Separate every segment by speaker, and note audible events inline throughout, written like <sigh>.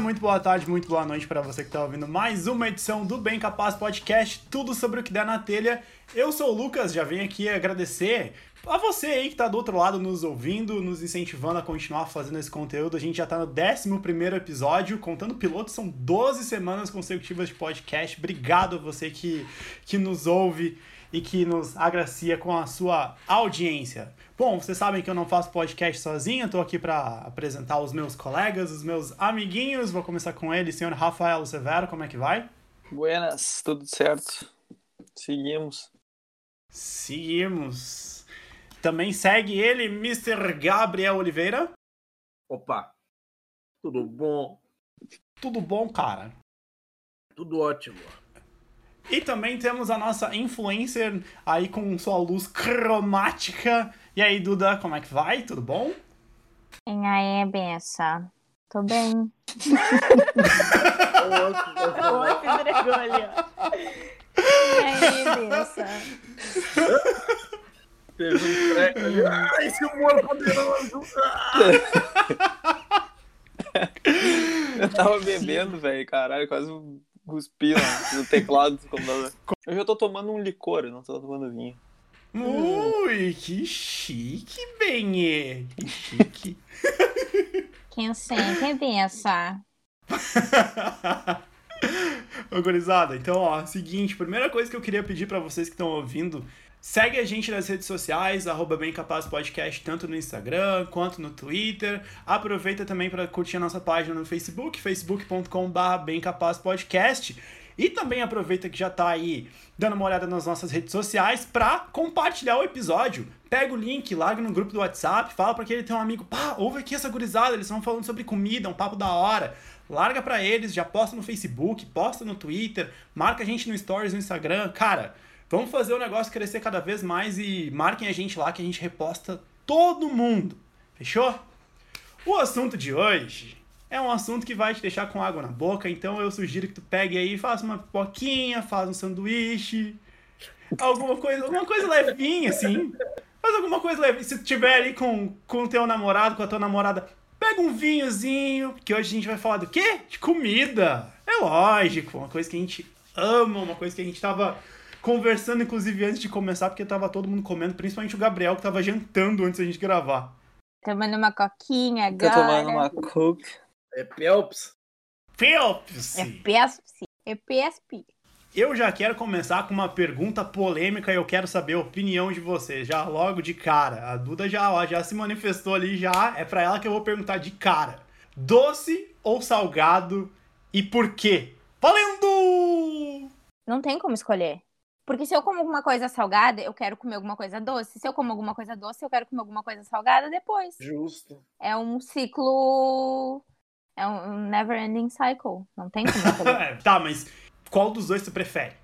Speaker 1: muito boa tarde, muito boa noite para você que está ouvindo mais uma edição do Bem Capaz Podcast, tudo sobre o que der na telha. Eu sou o Lucas, já vim aqui agradecer a você aí que está do outro lado nos ouvindo, nos incentivando a continuar fazendo esse conteúdo. A gente já está no 11 episódio, contando piloto, são 12 semanas consecutivas de podcast. Obrigado a você que, que nos ouve e que nos agracia com a sua audiência. Bom, vocês sabem que eu não faço podcast sozinho, estou aqui para apresentar os meus colegas, os meus amiguinhos. Vou começar com ele, senhor Rafael Severo, como é que vai?
Speaker 2: Buenas, tudo certo? Seguimos. <laughs>
Speaker 1: Seguimos. Também segue ele, Mr. Gabriel Oliveira.
Speaker 3: Opa, tudo bom?
Speaker 1: Tudo bom, cara?
Speaker 3: Tudo ótimo.
Speaker 1: E também temos a nossa influencer aí com sua luz cromática. E aí, Duda, como é que vai? Tudo bom?
Speaker 4: E aí, benção. Tô bem.
Speaker 5: Oi, pedregulho.
Speaker 4: E aí, benção.
Speaker 3: Teve um treco ali. Ah, esse humor poderoso! Ah!
Speaker 2: Eu tava bebendo, velho, caralho, quase cuspi no, no teclado do computador. Eu já tô tomando um licor, eu não tô tomando vinho.
Speaker 1: Ui, que chique, Benê! Que chique.
Speaker 4: Quem sempre é benção.
Speaker 1: <laughs> Ô, gurizada, então, ó, seguinte, primeira coisa que eu queria pedir pra vocês que estão ouvindo, segue a gente nas redes sociais, arroba Bem Capaz Podcast, tanto no Instagram quanto no Twitter. Aproveita também pra curtir a nossa página no Facebook, facebook.com.br Bem Capaz Podcast. E também aproveita que já tá aí dando uma olhada nas nossas redes sociais pra compartilhar o episódio. Pega o link, larga no grupo do WhatsApp, fala pra aquele teu amigo, pá, ouve aqui essa gurizada, eles estão falando sobre comida, um papo da hora. Larga pra eles, já posta no Facebook, posta no Twitter, marca a gente no Stories, no Instagram. Cara, vamos fazer o negócio crescer cada vez mais e marquem a gente lá que a gente reposta todo mundo. Fechou? O assunto de hoje é um assunto que vai te deixar com água na boca, então eu sugiro que tu pegue aí, faça uma pipoquinha, faz um sanduíche, alguma coisa, alguma coisa levinha, assim. Faz alguma coisa leve. Se tu tiver ali com com o teu namorado, com a tua namorada, pega um vinhozinho, que hoje a gente vai falar do quê? De comida. É lógico, uma coisa que a gente ama, uma coisa que a gente tava conversando, inclusive, antes de começar, porque tava todo mundo comendo, principalmente o Gabriel, que tava jantando antes da gente gravar.
Speaker 4: Tomando uma coquinha
Speaker 2: Tô
Speaker 4: agora.
Speaker 2: tomando uma Coke.
Speaker 3: É Pelps?
Speaker 1: Phelps!
Speaker 4: É PSP. É PSP.
Speaker 1: Eu já quero começar com uma pergunta polêmica e eu quero saber a opinião de vocês, já logo de cara. A Duda já, ó, já se manifestou ali, já é pra ela que eu vou perguntar de cara. Doce ou salgado e por quê? Valendo!
Speaker 4: Não tem como escolher. Porque se eu como alguma coisa salgada, eu quero comer alguma coisa doce. Se eu como alguma coisa doce, eu quero comer alguma coisa salgada depois.
Speaker 3: Justo.
Speaker 4: É um ciclo. É um never ending cycle. Não tem como <laughs> escolher.
Speaker 1: É, tá, mas qual dos dois tu prefere?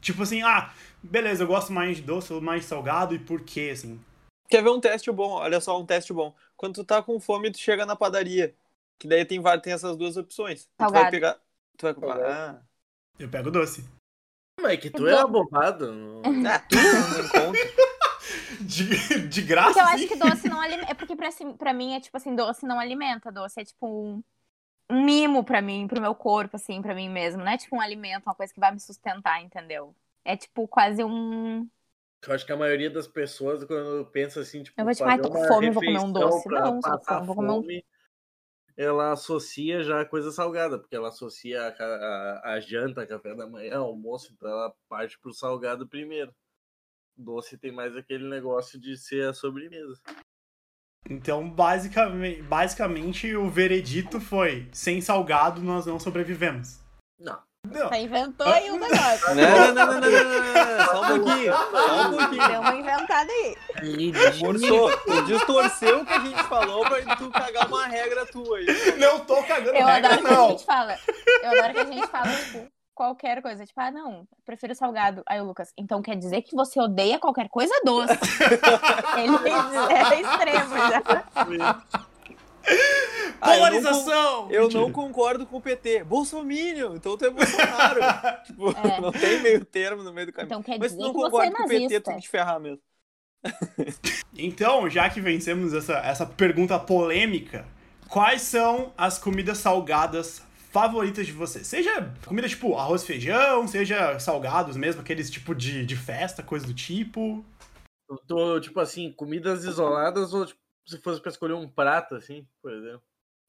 Speaker 1: Tipo assim, ah, beleza, eu gosto mais de doce ou mais de salgado e por quê, assim?
Speaker 2: Quer ver um teste bom? Olha só, um teste bom. Quando tu tá com fome, tu chega na padaria. Que daí tem, va- tem essas duas opções. Tu vai
Speaker 4: Salgado.
Speaker 2: pegar. Tu vai comprar. Ah,
Speaker 1: Eu pego doce. <laughs>
Speaker 3: Mas é que tu é abobado.
Speaker 2: ah, tu não encontra.
Speaker 1: De, de
Speaker 4: Porque
Speaker 1: graça, assim?
Speaker 4: eu acho
Speaker 1: sim.
Speaker 4: que doce não alimenta. É porque pra, si- pra mim é tipo assim, doce não alimenta. Doce é tipo um, um mimo pra mim, pro meu corpo, assim, pra mim mesmo. Não é tipo um alimento, uma coisa que vai me sustentar, entendeu? É tipo quase um.
Speaker 3: Eu acho que a maioria das pessoas, quando pensa assim, tipo,
Speaker 4: Eu vou, tipo,
Speaker 3: fazer
Speaker 4: ai, tô com
Speaker 3: uma
Speaker 4: fome, vou comer
Speaker 3: refeição
Speaker 4: um doce.
Speaker 3: pra
Speaker 4: Não, tô com
Speaker 3: passar
Speaker 4: fome, vou comer um-
Speaker 3: fome, Ela associa já a coisa salgada, porque ela associa a, ca- a- a janta, café da manhã, almoço, então ela parte pro salgado primeiro. Doce tem mais aquele negócio de ser a sobremesa.
Speaker 1: Então, basicamente, basicamente, o veredito foi: sem salgado nós não sobrevivemos.
Speaker 3: Não.
Speaker 1: Não,
Speaker 4: Tá inventou aí um negócio.
Speaker 2: Não, não, não, não, não, não, não, não. Só um pouquinho. Só um pouquinho.
Speaker 4: Deu uma inventada aí.
Speaker 2: Forçou, tu distorceu o que a gente falou pra tu cagar uma regra tua aí.
Speaker 1: não tô cagando
Speaker 4: Eu
Speaker 1: regra,
Speaker 4: adoro que a
Speaker 1: não.
Speaker 4: gente fala. Eu adoro que a gente fala, tipo, qualquer coisa. Tipo, ah, não, prefiro salgado. Aí o Lucas, então quer dizer que você odeia qualquer coisa doce. Ele <laughs> é extremo já.
Speaker 2: Ah, eu não
Speaker 1: Polarização!
Speaker 2: Eu
Speaker 1: Mentira.
Speaker 2: não concordo com o PT. Bolsominion, então tu
Speaker 1: <laughs>
Speaker 2: é Bolsonaro. tipo,
Speaker 4: É.
Speaker 2: não tem meio termo no meio do caminho.
Speaker 4: Então quer
Speaker 2: Mas
Speaker 4: dizer
Speaker 2: se não
Speaker 4: que você é
Speaker 2: concorda com o PT, tu
Speaker 4: nazista.
Speaker 2: tem que te ferrar mesmo.
Speaker 1: Então, já que vencemos essa, essa pergunta polêmica, quais são as comidas salgadas favoritas de vocês? Seja comida tipo arroz, feijão, seja salgados mesmo, aqueles tipo de, de festa, coisa do tipo.
Speaker 3: Eu tô, tipo assim, comidas isoladas ou tipo, se fosse pra escolher um prato, assim, por exemplo.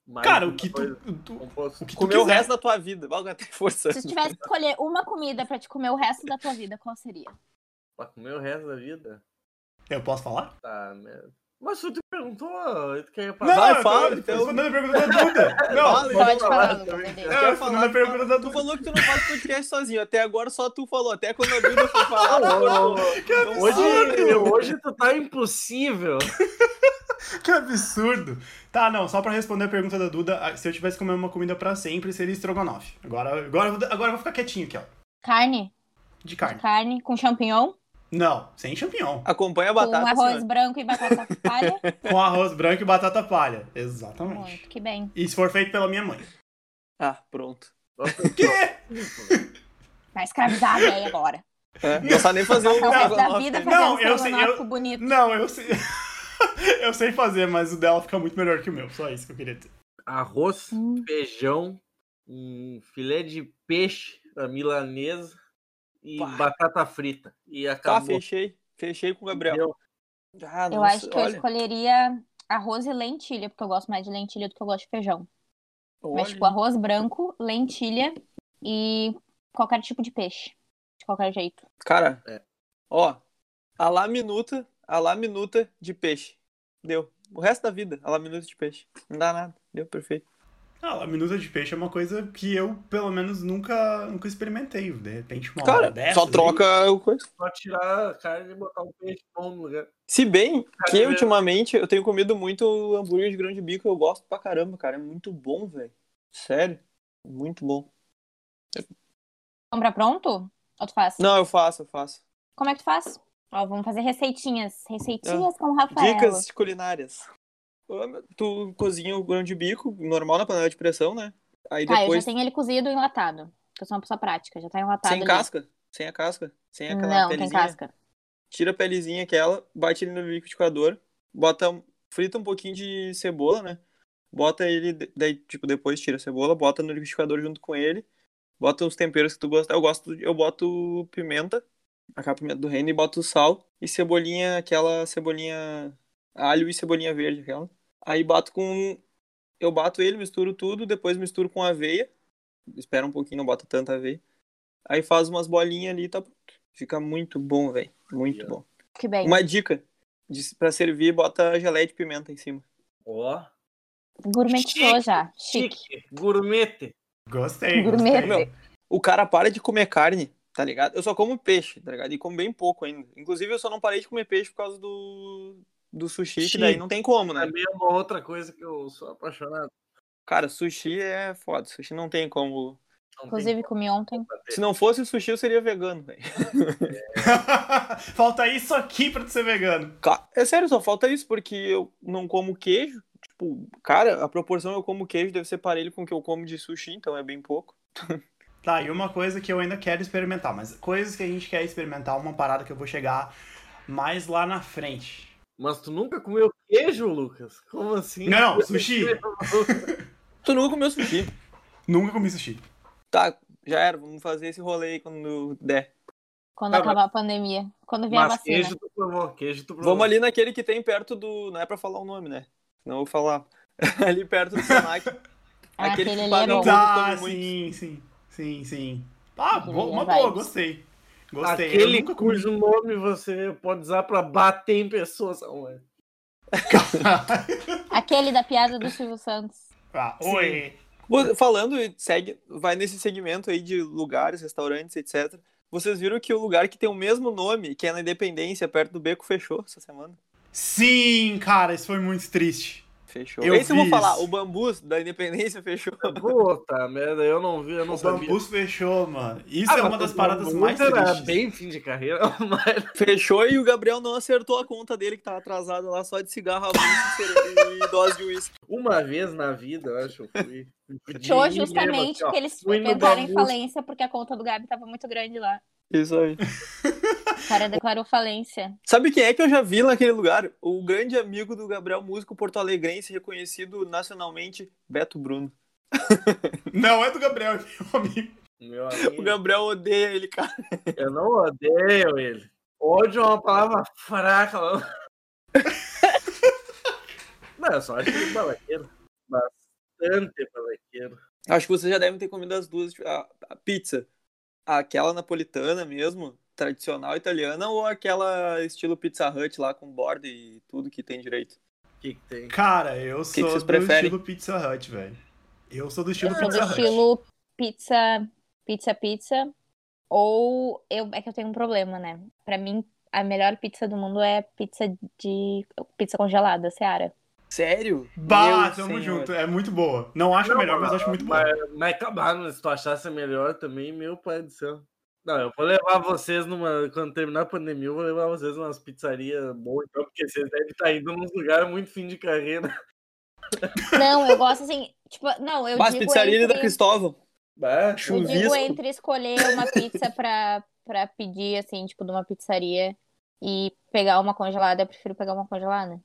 Speaker 3: Mais
Speaker 1: Cara, o
Speaker 3: uma
Speaker 1: que tu,
Speaker 3: coisa
Speaker 1: tu-
Speaker 3: composta.
Speaker 1: o que tu
Speaker 2: Comer o
Speaker 1: quiser.
Speaker 2: resto da tua vida. Vai até força.
Speaker 4: Se tu tivesse que escolher uma comida pra te comer o resto da tua vida, qual seria?
Speaker 3: Pra comer o resto da vida?
Speaker 1: Eu posso falar?
Speaker 3: Tá, merda. Mas tu te perguntou, tu quer
Speaker 1: Não,
Speaker 3: falar?
Speaker 1: eu tô
Speaker 2: fala, então.
Speaker 1: respondendo a pergunta da
Speaker 2: <laughs>
Speaker 1: Duda. Não,
Speaker 2: Fala,
Speaker 4: Pode
Speaker 3: vamos lá,
Speaker 4: falar, Duda.
Speaker 3: também.
Speaker 4: beleza.
Speaker 1: eu
Speaker 2: Quer
Speaker 1: respondo
Speaker 2: falar,
Speaker 1: É, a pergunta da
Speaker 2: Tu
Speaker 1: Duda.
Speaker 2: falou que tu não faz podcast sozinho. Até agora só tu falou. Até quando a Duda foi falar, tu
Speaker 3: Ô,
Speaker 2: cortou.
Speaker 3: ô, ô,
Speaker 1: Que
Speaker 2: Então,
Speaker 1: absurdo!
Speaker 3: Hoje, hoje tu tá impossível.
Speaker 1: Que absurdo! Tá, não, só pra responder a pergunta da Duda, a- se eu tivesse que comer uma comida pra sempre, seria estrogonofe. Agora, agora, eu vou- agora eu vou ficar quietinho aqui, ó.
Speaker 4: Carne?
Speaker 1: De carne.
Speaker 4: Carne com champignon?
Speaker 1: Não, sem champignon.
Speaker 2: Acompanha a
Speaker 4: Com
Speaker 2: batata,
Speaker 4: arroz
Speaker 2: senhora.
Speaker 4: branco e batata palha?
Speaker 1: Com arroz branco e batata palha. Exatamente.
Speaker 4: Muito que bem.
Speaker 1: E se for feito pela minha mãe.
Speaker 2: Ah, pronto.
Speaker 1: Quê?
Speaker 4: Vai escravizar a véia agora.
Speaker 2: É, não sabe nem fazer um
Speaker 4: Passar o resto da
Speaker 2: estrogonofe,
Speaker 4: vida um
Speaker 2: né?
Speaker 1: Não,
Speaker 4: fazendo
Speaker 1: eu sei,
Speaker 4: estrogonofe
Speaker 1: eu-
Speaker 4: bonito.
Speaker 1: Não, eu sei. <laughs> eu sei fazer, mas o dela fica muito melhor que o meu. Só isso que eu queria dizer.
Speaker 3: Arroz,
Speaker 4: Hum.
Speaker 3: feijão, um filé de peixe da milanesa e
Speaker 2: Pá.
Speaker 3: batata frita. E
Speaker 2: Tá,
Speaker 3: acabou.
Speaker 2: fechei. Fechei com o Gabriel.
Speaker 3: entendeu?
Speaker 2: Ah,
Speaker 4: Eu
Speaker 2: nossa,
Speaker 4: acho que eu
Speaker 2: olha,
Speaker 4: escolheria arroz e lentilha, porque eu gosto mais de lentilha do que eu gosto de feijão. Mas,
Speaker 2: olha.
Speaker 4: tipo, arroz branco, lentilha e qualquer tipo de peixe. De qualquer jeito.
Speaker 2: Cara,
Speaker 3: É.
Speaker 2: ó, a lá minuta, a lá minuta de peixe. Deu. O resto da vida, a lá minuta de peixe. Não dá nada. Deu, perfeito.
Speaker 1: Ah, lá, minuta de peixe é uma coisa que eu, pelo menos, nunca, nunca experimentei. De repente, uma hora
Speaker 2: Cara,
Speaker 1: dessas,
Speaker 2: só
Speaker 1: aí-
Speaker 2: troca o coisa.
Speaker 3: Só tirar a carne e botar um peixe bom no lugar.
Speaker 2: Se bem que
Speaker 3: Cara,
Speaker 2: ultimamente eu tenho comido muito hambúrguer de grande bico, eu gosto pra caramba, cara. É muito bom, velho. Sério. Muito bom.
Speaker 4: Compra pronto? Ou tu faz?
Speaker 2: Não, eu faço, eu faço.
Speaker 4: Como é que tu faz? Ó, vamos fazer receitinhas.
Speaker 3: Ah,
Speaker 4: Receitinhas com o Rafael.
Speaker 2: Dicas culinárias. Tu cozinha o grão de bico, normal na panela de pressão, né? Aí
Speaker 4: Tá, eu
Speaker 2: depois.
Speaker 4: já tenho ele cozido e enlatado. Eu sou uma pessoa prática, já tá enlatado.
Speaker 2: Sem
Speaker 4: ali.
Speaker 2: casca. Sem a casca. Sem
Speaker 3: né,
Speaker 2: aquela
Speaker 4: Não, tem
Speaker 2: pelezinha.
Speaker 4: casca.
Speaker 2: tira a pelezinha aquela, bate ele no liquidificador, bota, frita um pouquinho de cebola, né? Bota ele, de- daí, tipo, depois tira a cebola, bota no liquidificador junto com ele, bota os temperos que tu gosta. Eu gosto, eu boto pimenta, a pimenta do reino, e boto sal e cebolinha, aquela cebolinha, alho e cebolinha verde, aquela. Aí bato com, eu bato ele, misturo tudo, depois misturo com aveia, espera um pouquinho, não bota tanta aveia. Aí faz umas bolinhas ali e tá pronto. Fica muito bom, velho. Muito bom.
Speaker 4: Que bem.
Speaker 2: Uma dica de, pra servir, bota geleia de pimenta em cima.
Speaker 3: Ó.
Speaker 4: Gourmetizou
Speaker 3: Chique,
Speaker 4: já. Chique.
Speaker 3: Chique. Gourmete.
Speaker 1: Gostei,
Speaker 4: Gourmet.
Speaker 1: gostei.
Speaker 2: O cara para de comer carne, tá ligado? Eu só como peixe, tá ligado? E como bem pouco ainda. Inclusive, eu só não parei de comer peixe por causa do, do sushi, que
Speaker 3: Sushi.
Speaker 2: daí não tem como, né?
Speaker 3: Também é uma outra coisa que eu sou apaixonado.
Speaker 2: Cara, sushi é foda. Sushi não tem como.
Speaker 3: Não tem
Speaker 4: Inclusive, comi ontem.
Speaker 2: Se não fosse sushi, eu seria vegano, velho.
Speaker 1: <laughs> Falta isso aqui pra tu ser vegano.
Speaker 2: Ca- É sério, só falta isso, porque eu não como queijo. Tipo, cara, a proporção que eu como queijo deve ser parelho com o que eu como de sushi, então é bem pouco.
Speaker 1: Tá, e uma coisa que eu ainda quero experimentar, mas coisas que a gente quer experimentar, uma parada que eu vou chegar mais lá na frente.
Speaker 3: Mas tu nunca comeu queijo, Lucas? Como assim?
Speaker 1: Não, não, sushi.
Speaker 2: Tu nunca comeu sushi.
Speaker 1: Nunca comi sushi.
Speaker 2: Tá, já era, vamos fazer esse rolê aí quando der.
Speaker 4: Quando
Speaker 3: Tá, mas-
Speaker 4: acabar a pandemia. Quando vier a
Speaker 3: Mas
Speaker 4: vacina.
Speaker 3: queijo tu provou, queijo tu provou.
Speaker 2: Vamos ali naquele que tem perto do. Não é pra falar o nome, né? Não vou falar. <laughs> ali perto do Senac.
Speaker 4: Ah,
Speaker 2: aquele que
Speaker 4: aquele ali
Speaker 2: paga
Speaker 4: é
Speaker 2: um
Speaker 4: bom.
Speaker 1: Tá,
Speaker 2: come muito.
Speaker 1: sim, sim, sim, sim. Ah,
Speaker 4: Aquele
Speaker 1: bo- uma
Speaker 4: vai.
Speaker 1: boa, gostei. Gostei. eu
Speaker 3: Aquele
Speaker 1: nunca comi.
Speaker 3: cujo nome você pode usar pra bater em pessoas. é? Aonde?
Speaker 2: <laughs>
Speaker 4: Aquele da piada do Silvio Santos.
Speaker 1: Ah, oi.
Speaker 2: Pô, Falando, e segue, vai nesse segmento aí de lugares, restaurantes, etc. Vocês viram que o lugar que tem o mesmo nome, que é na Independência, perto do Beco, fechou essa semana?
Speaker 1: Sim, cara, isso foi muito triste.
Speaker 2: Fechou.
Speaker 1: Eu
Speaker 2: Esse eu vou
Speaker 1: vi
Speaker 2: falar,
Speaker 1: isso.
Speaker 2: o Bambus da Independência <laughs> fechou.
Speaker 3: Puta merda, eu não vi, eu não
Speaker 1: O
Speaker 3: sabia.
Speaker 1: bambus fechou, mano. Isso
Speaker 3: Ah,
Speaker 1: é uma
Speaker 3: mas
Speaker 1: das
Speaker 3: o
Speaker 1: paradas
Speaker 3: Bambu
Speaker 1: mais
Speaker 3: era
Speaker 1: tristes.
Speaker 3: bem fim de carreira, <laughs> mas
Speaker 2: Fechou e o Gabriel não acertou a conta dele, que tava atrasada lá só de cigarro, avulso, e dose de uísque.
Speaker 3: uma vez na vida, eu acho, eu fui. de
Speaker 4: Show
Speaker 3: ir
Speaker 4: justamente
Speaker 3: mesmo, assim, ó,
Speaker 4: que eles
Speaker 3: fui no
Speaker 4: declararam
Speaker 3: Bambu.
Speaker 4: falência porque a conta do Gabi tava muito grande lá.
Speaker 2: Isso aí.
Speaker 4: O cara declarou falência.
Speaker 2: Sabe quem é que eu já vi naquele lugar? O grande amigo do Gabriel Músico Porto Alegrense, reconhecido nacionalmente, Beto Bruno.
Speaker 1: Não é do Gabriel, <laughs> meu amigo.
Speaker 3: Meu
Speaker 2: O
Speaker 3: amigo,
Speaker 2: Gabriel odeia ele, cara.
Speaker 3: eu não odeio ele. Ódio é uma palavra <laughs> fraca. Não, não eu só acho ele balaqueiro. Bastante balaqueiro.
Speaker 2: <laughs> Acho que vocês já devem ter comido as duas, tipo, a, a pizza. Aquela napolitana mesmo, tradicional italiana, ou aquela estilo Pizza Hut lá com borda e tudo que tem direito.
Speaker 3: O que, que tem?
Speaker 1: Cara, eu
Speaker 2: que
Speaker 1: sou
Speaker 2: vocês
Speaker 1: do
Speaker 2: preferem?
Speaker 1: estilo Pizza Hut, velho. Eu sou do estilo
Speaker 4: Sou do
Speaker 1: Pizza Hut.
Speaker 4: Ah, estilo pizza, pizza, pizza. Ou eu, é que eu tenho um problema, né? Pra mim, a melhor pizza do mundo é pizza de pizza congelada, Seara.
Speaker 2: Sério?
Speaker 1: Bah,
Speaker 2: Meu
Speaker 1: tamo
Speaker 2: senhor.
Speaker 1: junto. É muito boa. Não acho a
Speaker 3: Não,
Speaker 1: melhor, mas acho muito boa.
Speaker 3: Mas, mas acabaram, se tu achasse melhor também, meu pai do céu. Não, eu vou levar vocês numa. Quando terminar a pandemia, eu vou levar vocês umas pizzarias boas, então, porque vocês devem estar indo num lugar muito fim de carreira.
Speaker 4: Não, eu gosto assim, <laughs> tipo, não, eu
Speaker 2: Mas
Speaker 4: digo
Speaker 2: pizzaria ali da
Speaker 4: entre-
Speaker 2: Cristóvão.
Speaker 3: Bah,
Speaker 4: Eu digo
Speaker 2: Chuvisco.
Speaker 4: entre escolher uma pizza pra, pra pedir, assim, tipo, de uma pizzaria e pegar uma congelada, eu prefiro pegar uma congelada.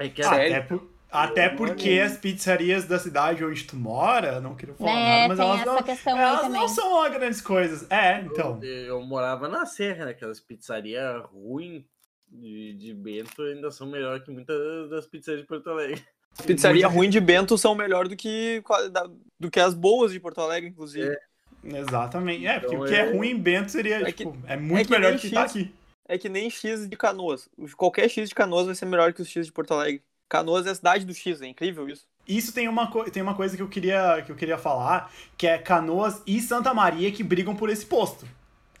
Speaker 3: É que
Speaker 2: Sério?
Speaker 1: Até, por- até porque as pizzarias da cidade onde tu mora, não quero falar nada,
Speaker 4: né?
Speaker 1: mas
Speaker 4: Tem
Speaker 1: elas
Speaker 4: essa
Speaker 1: não.
Speaker 4: questão aí
Speaker 1: Elas
Speaker 4: Então, também.
Speaker 1: não são lá grandes coisas. É, então.
Speaker 3: Eu morava na Serra, né? Aquelas pizzarias ruins de, de Bento ainda são melhor que muitas das pizzarias de Porto Alegre.
Speaker 2: Pizzaria ruim de Bento são melhor do que, qua- da- do que as boas de Porto Alegre, inclusive. É,
Speaker 1: Exatamente. É, porque
Speaker 3: Então
Speaker 1: o que é
Speaker 3: é-
Speaker 1: ruim em Bento seria,
Speaker 2: É
Speaker 1: tipo, é muito
Speaker 2: que
Speaker 1: melhor
Speaker 2: nem
Speaker 1: do que tá
Speaker 2: X.
Speaker 1: aqui.
Speaker 2: É que nem X de Canoas. Qualquer X de Canoas vai ser melhor que os X de Porto Alegre. Canoas é a cidade do X, é incrível isso.
Speaker 1: Isso tem uma, co- tem uma coisa que eu, queria, que eu queria falar, que é Canoas e Santa Maria que brigam por esse posto.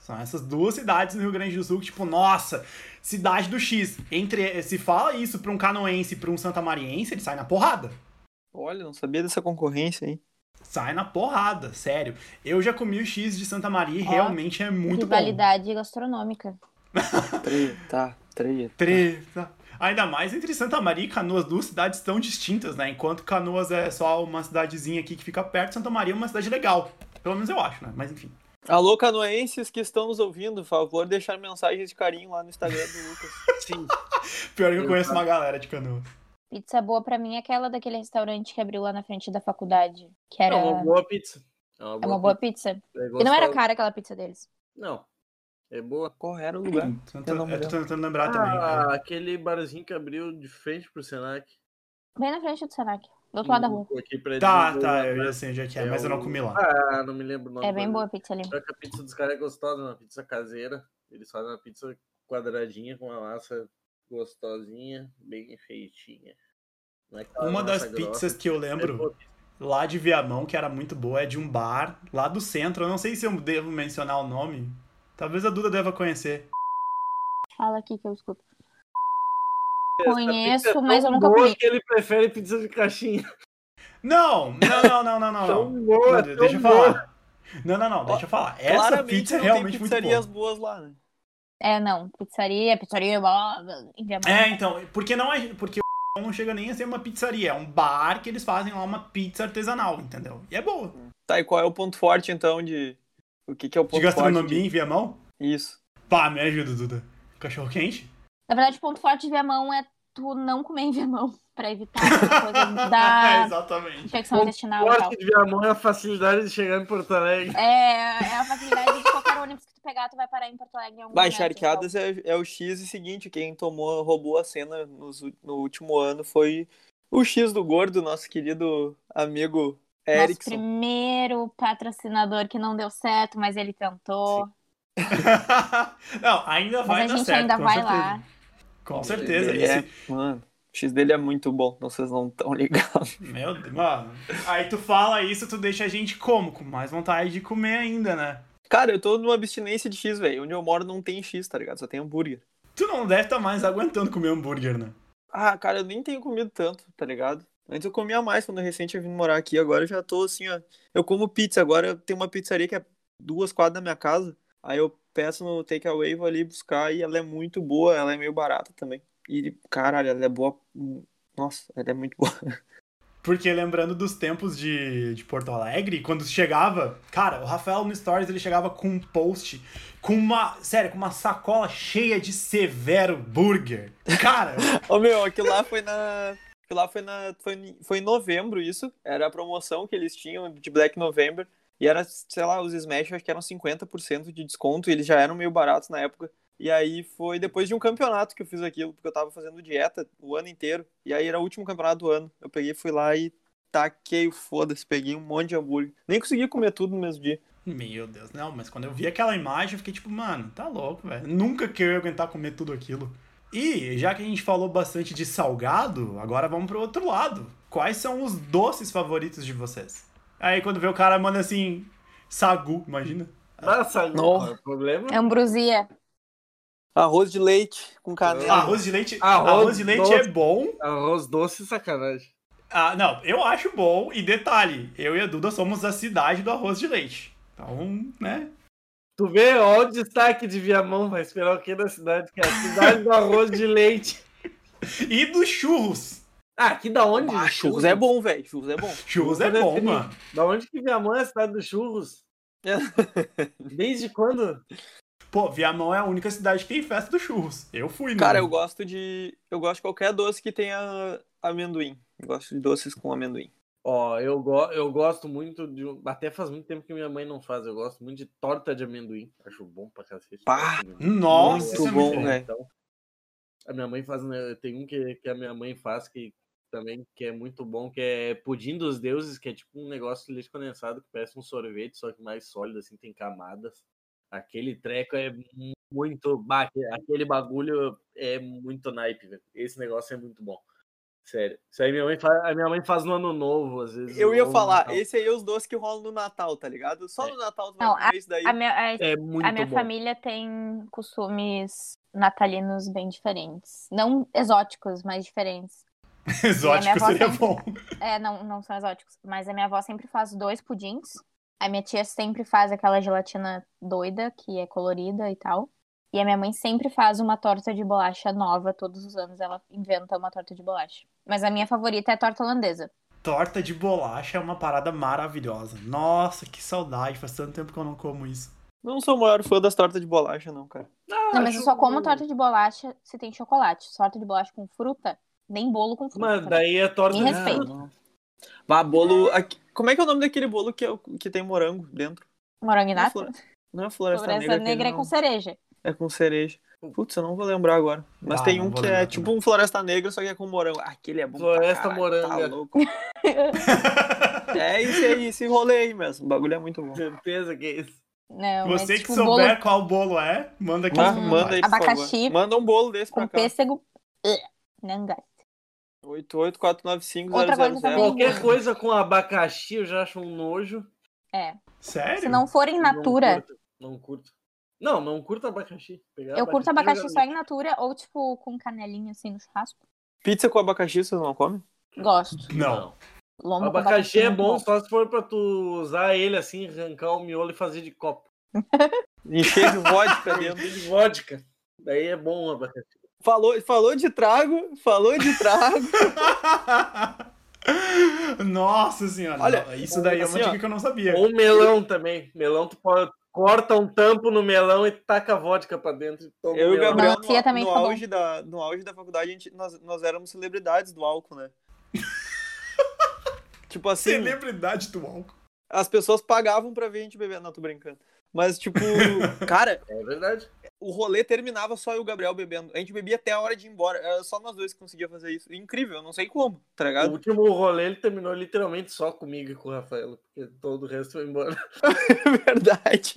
Speaker 1: São essas duas cidades no Rio Grande do Sul que, tipo, nossa, cidade do X. Entre, se fala isso pra um canoense e pra um santamariense, ele sai na porrada.
Speaker 2: Olha, não sabia dessa concorrência, hein?
Speaker 1: Sai na porrada, sério. Eu já comi o X de Santa Maria e
Speaker 4: Ó,
Speaker 1: realmente é muito bom.
Speaker 4: Rivalidade gastronômica.
Speaker 2: Treta, treta.
Speaker 1: Treta. Ainda mais entre Santa Maria e Canoas, duas cidades tão distintas, né? Enquanto Canoas é só uma cidadezinha aqui que fica perto, Santa Maria é uma cidade legal. Pelo menos eu acho, né? Mas enfim.
Speaker 2: Alô, canoenses que estão nos ouvindo, por favor, deixar mensagens de carinho lá no Instagram
Speaker 1: <laughs>
Speaker 2: do Lucas.
Speaker 3: Sim.
Speaker 1: Pior que eu
Speaker 3: Eu
Speaker 1: conheço uma galera de Canoas. né?
Speaker 4: Pizza boa pra mim é aquela daquele restaurante que abriu lá na frente da faculdade, que
Speaker 3: É
Speaker 4: era
Speaker 3: uma boa pizza.
Speaker 4: é uma boa pizza.
Speaker 3: pizza. É
Speaker 4: E não era
Speaker 3: gostosa.
Speaker 4: cara aquela pizza deles.
Speaker 3: Não. É boa.
Speaker 2: Qual era o lugar?
Speaker 1: Tô
Speaker 2: Eu não
Speaker 1: tentando- Eu tô tentando lembrar também. né? cara.
Speaker 3: Ah, aquele barzinho que abriu de frente pro Senac.
Speaker 4: Bem na frente do Senac, do outro lado da rua.
Speaker 3: Aqui pra
Speaker 1: Tá,
Speaker 3: eles,
Speaker 1: tá, eu
Speaker 3: né?
Speaker 1: já sei onde é que é,
Speaker 3: É
Speaker 1: mas eu não
Speaker 3: o-
Speaker 1: comi lá.
Speaker 3: Ah, não me lembro o nome.
Speaker 4: É bem
Speaker 3: do-
Speaker 4: boa a pizza ali.
Speaker 3: Só que a pizza dos caras é gostosa, uma pizza caseira. Eles fazem uma pizza quadradinha com uma massa gostosinha, bem feitinha. Não é aquela
Speaker 1: Uma das
Speaker 3: massa grossa.
Speaker 1: pizzas que eu
Speaker 3: É
Speaker 1: lembro,
Speaker 3: boa pizza.
Speaker 1: lá de Viamão, que era muito boa, é de um bar lá do centro. Eu não sei se eu devo mencionar o nome. Talvez a Duda deva conhecer.
Speaker 4: Fala aqui que eu escuto.
Speaker 3: Essa
Speaker 4: Conheço,
Speaker 3: pizza é tão
Speaker 4: mas eu nunca
Speaker 3: boa
Speaker 4: comi.
Speaker 3: que ele prefere pizza de caixinha.
Speaker 1: Não, não, não, não, não, não. não.
Speaker 3: Tão boa,
Speaker 1: Não,
Speaker 3: tão
Speaker 1: deixa eu
Speaker 3: boa.
Speaker 1: falar. Não, não, não, deixa eu falar. Essa
Speaker 2: Claramente
Speaker 1: pizza é
Speaker 2: não
Speaker 1: realmente
Speaker 2: tem
Speaker 1: muito
Speaker 2: pizzarias
Speaker 1: boa.
Speaker 2: boas lá, né?
Speaker 4: É, não, pizzaria, pizzaria, blá, blá, blá, em Viamão.
Speaker 1: É, então, porque não é. Porque o <laughs> não chega nem a ser uma pizzaria, é um bar que eles fazem lá uma pizza artesanal, entendeu? E é boa.
Speaker 2: Tá, e qual é o ponto forte, então, de... O que, que é o ponto
Speaker 1: De gastronomia
Speaker 2: forte?
Speaker 1: em Viamão?
Speaker 2: De... Isso.
Speaker 1: Pá, me ajuda, Duda. Cachorro quente?
Speaker 4: Na verdade, o ponto forte de Viamão é tu não comer em Viamão, <laughs>
Speaker 3: <laughs>
Speaker 4: pra evitar essa coisa
Speaker 1: <laughs> É,
Speaker 4: da
Speaker 1: exatamente.
Speaker 4: infecção
Speaker 3: Ponto
Speaker 4: intestinal e tal.
Speaker 3: Forte de Viamão é a facilidade de chegar em Porto Alegre.
Speaker 4: É, é a facilidade de qualquer ônibus que tu pegar, tu vai parar em Porto Alegre em algum momento, então.
Speaker 2: Baixarqueadas é, é o X e seguinte, quem tomou, roubou a cena nos u- no último ano foi o X do Gordo, nosso querido amigo
Speaker 4: Nosso
Speaker 2: Erickson.
Speaker 4: primeiro patrocinador que não deu certo, mas ele tentou.
Speaker 1: não, ainda vai
Speaker 4: mas a
Speaker 1: dar
Speaker 4: gente
Speaker 1: certo,
Speaker 4: ainda
Speaker 1: com
Speaker 4: vai
Speaker 1: certeza.
Speaker 4: lá.
Speaker 1: Com certeza.
Speaker 2: Ele
Speaker 1: esse-
Speaker 2: é, mano, o X dele é muito bom, vocês não estão ligados.
Speaker 1: Meu Deus, mano. Aí tu fala isso, tu deixa a gente como? Com mais vontade de comer ainda, né?
Speaker 2: Cara, eu tô numa abstinência de X, velho. Onde eu moro não tem X, tá ligado? Só tem hambúrguer.
Speaker 1: Tu não deve estar mais aguentando comer hambúrguer, né?
Speaker 2: Ah, cara, eu nem tenho comido tanto, tá ligado? Antes eu comia mais quando eu recente eu vim morar aqui. Agora eu já tô assim, ó. Eu como pizza. Agora tem uma pizzaria que é duas quadras da minha casa. Aí eu peço no takeaway, vou ali buscar e ela é muito boa. Ela é meio barata também. E, caralho, ela é boa. Nossa, ela é muito boa.
Speaker 1: Porque lembrando dos tempos de, de Porto Alegre, quando chegava, cara, o Rafael no Stories ele chegava com um post, com uma, sério, com uma sacola cheia de severo burger. Cara,
Speaker 2: Ô meu, aquilo lá foi na. que lá foi, na, foi, em- foi em novembro isso, era a promoção que eles tinham de Black November, e era, sei lá, os Smash acho que eram 50% de desconto, e eles já eram meio baratos na época. E aí foi depois de um campeonato que eu fiz aquilo, porque eu tava fazendo dieta o ano inteiro, e aí era o último campeonato do ano. Eu peguei, fui lá e taquei o foda-se, peguei um monte de hambúrguer. Nem consegui comer tudo no mesmo dia.
Speaker 1: <laughs> Meu Deus, não, mas quando eu vi aquela imagem, eu fiquei tipo, mano, tá louco, velho. Nunca que eu ia aguentar comer tudo aquilo. E, já que a gente falou bastante de salgado, agora vamos pro outro lado. Quais são os doces favoritos de vocês? Aí quando vê o cara manda assim, sagu, imagina.
Speaker 3: Nossa,
Speaker 2: Não.
Speaker 3: não. o problema?
Speaker 4: Ambrosia.
Speaker 2: Arroz de leite com canela.
Speaker 1: Ah, Arroz de leite, arroz,
Speaker 3: Ah, Arroz
Speaker 1: de leite
Speaker 3: doce.
Speaker 1: é bom.
Speaker 4: um
Speaker 3: Arroz doce, sacanagem.
Speaker 1: Ah, não, eu acho bom. E detalhe, eu e a Duda somos da cidade do arroz de leite. Então, né?
Speaker 3: Tu vê, ó o destaque de Viamão, vai esperar o que na cidade, cara? Cidade do arroz de leite.
Speaker 1: E dos churros.
Speaker 3: Ah, aqui da onde?
Speaker 2: Ah,
Speaker 3: do
Speaker 2: churros é bom, velho. Churros é bom.
Speaker 1: Churros é
Speaker 3: Churros é
Speaker 1: bom,
Speaker 3: delícia.
Speaker 1: mano.
Speaker 3: Da onde que Viamão é a cidade dos churros? Desde quando?
Speaker 1: Pô, Viamão é a única cidade que tem festa dos churros. Eu fui, né?
Speaker 2: Cara, eu gosto de. Eu gosto de qualquer doce que tenha amendoim. Eu gosto de doces com amendoim.
Speaker 3: Ó, eu, go eu gosto muito de. um- Até faz muito tempo que minha mãe não faz. Eu gosto muito de torta de amendoim. Acho bom pra cacete.
Speaker 2: Pá,
Speaker 1: Nossa,
Speaker 2: Muito
Speaker 1: isso é
Speaker 2: bom,
Speaker 1: muito bom.
Speaker 2: né?
Speaker 3: Então, a minha mãe faz. né, Tem um que, que a minha mãe faz que também que é muito bom, que é pudim dos deuses, que é tipo um negócio de leite condensado que parece um sorvete, só que mais sólido, assim, tem camadas. Aquele treco é mu- muito. bah, aque- Aquele bagulho é muito naipe, velho. Esse negócio é muito bom. Sério. Isso aí minha mãe faz, a minha mãe faz no ano novo, às vezes.
Speaker 2: Eu
Speaker 3: no
Speaker 2: ia
Speaker 3: ovo e
Speaker 2: falar,
Speaker 1: então.
Speaker 3: tal.
Speaker 2: esse aí é os doces que rolam no Natal, tá ligado? Só
Speaker 3: É.
Speaker 2: no Natal tu
Speaker 4: Não,
Speaker 2: vai comer isso daí.
Speaker 4: A minha, a-
Speaker 3: É muito
Speaker 4: a minha
Speaker 3: bom.
Speaker 4: família tem costumes natalinos bem diferentes. Não exóticos, mas diferentes. E a
Speaker 1: <laughs> Exótico
Speaker 4: minha avó
Speaker 1: seria
Speaker 4: sempre-
Speaker 1: bom.
Speaker 4: É, não, não são exóticos. Mas a minha avó sempre faz dois pudins. A minha tia sempre faz aquela gelatina doida, que é colorida e tal. E a minha mãe sempre faz uma torta de bolacha nova. Todos os anos ela inventa uma torta de bolacha. Mas a minha favorita é a torta holandesa.
Speaker 1: Torta de bolacha é uma parada maravilhosa. Nossa, que saudade. Faz tanto tempo que eu não como isso.
Speaker 2: Não sou o maior fã das tortas de bolacha, não, cara.
Speaker 4: Não, mas eu só como torta de bolacha se tem chocolate. Só Torta de bolacha com fruta, nem bolo com fruta.
Speaker 3: Mano, daí é torta.
Speaker 4: Me
Speaker 1: Ah,
Speaker 4: respeita.
Speaker 2: não. Bah, bolo. aqui- Como é que é o nome daquele bolo que, é o- que tem morango dentro?
Speaker 4: Morango e
Speaker 2: Não é,
Speaker 4: nata?
Speaker 2: flore... não é floresta,
Speaker 4: Floresta negra,
Speaker 2: negra. aquele,
Speaker 4: é
Speaker 2: não.
Speaker 4: com cereja.
Speaker 2: É com cereja. Putz, eu não vou lembrar agora. Mas
Speaker 1: Ah,
Speaker 2: tem
Speaker 1: não
Speaker 2: um
Speaker 1: vou
Speaker 2: que é
Speaker 1: lembrar
Speaker 2: tipo
Speaker 1: também.
Speaker 2: um Floresta Negra, só que é com morango. Ah, Aquele é bom. pra
Speaker 3: Floresta
Speaker 2: caralho,
Speaker 3: moranga.
Speaker 2: Tá louco. É isso aí, esse rolê aí mesmo. O bagulho é muito bom.
Speaker 3: Certeza que é isso.
Speaker 4: Não, mas,
Speaker 1: Você que
Speaker 4: tipo,
Speaker 1: souber
Speaker 4: bolo
Speaker 1: qual bolo é, manda aqui.
Speaker 2: Ma-
Speaker 4: Hum,
Speaker 2: manda aí, por
Speaker 4: abacaxi
Speaker 2: favor. Manda um bolo desse pra
Speaker 4: com
Speaker 2: cá.
Speaker 4: pêssego. eh, Não dá.
Speaker 2: 88495
Speaker 4: Outra coisa também.
Speaker 3: Qualquer coisa com abacaxi eu já acho um nojo.
Speaker 4: É.
Speaker 1: Sério?
Speaker 4: Se não for em
Speaker 3: um Não
Speaker 4: natura,
Speaker 3: curto. Não curto, não, não curto abacaxi. Pegar
Speaker 4: eu curto
Speaker 3: e
Speaker 4: abacaxi
Speaker 3: jogar
Speaker 4: só
Speaker 3: no-
Speaker 4: em natura ou, tipo, com canelinha assim no churrasco.
Speaker 2: Pizza com abacaxi, vocês não comem?
Speaker 4: Gosto.
Speaker 1: Não. <laughs>
Speaker 4: Lombo com
Speaker 3: Abacaxi é
Speaker 4: muito
Speaker 3: bom só se for pra tu usar ele assim, arrancar o miolo e fazer de copo.
Speaker 2: Encher de vodka dentro.
Speaker 3: De vodka. Daí é bom o abacaxi.
Speaker 2: Falou, falou de trago, falou de trago.
Speaker 1: Nossa senhora.
Speaker 2: Olha,
Speaker 1: isso daí é uma
Speaker 2: assim,
Speaker 1: dica
Speaker 2: ó.
Speaker 1: que eu não sabia.
Speaker 3: Ou melão também. Melão, tu pode- corta um tampo no melão e taca a vodka pra dentro. E toma
Speaker 2: Eu e o
Speaker 3: melão.
Speaker 2: Gabriel,
Speaker 4: Não, a tia
Speaker 2: no,
Speaker 4: também
Speaker 2: no,
Speaker 4: fica bom.
Speaker 2: auge da, no auge da faculdade, a gente, nós, nós éramos celebridades do álcool, né? tipo assim,
Speaker 1: Celebridade do álcool.
Speaker 2: as pessoas pagavam pra ver a gente beber. Não, tô brincando. Mas, tipo, cara,
Speaker 3: É verdade.
Speaker 2: o rolê terminava só eu e o Gabriel bebendo. A gente bebia até a hora de ir embora. Era só nós dois que conseguia fazer isso. Incrível, eu não sei como, tá
Speaker 3: O
Speaker 2: ligado?
Speaker 3: último rolê ele terminou literalmente só comigo e com o Rafael, porque todo o resto foi embora.
Speaker 2: <laughs> É Verdade.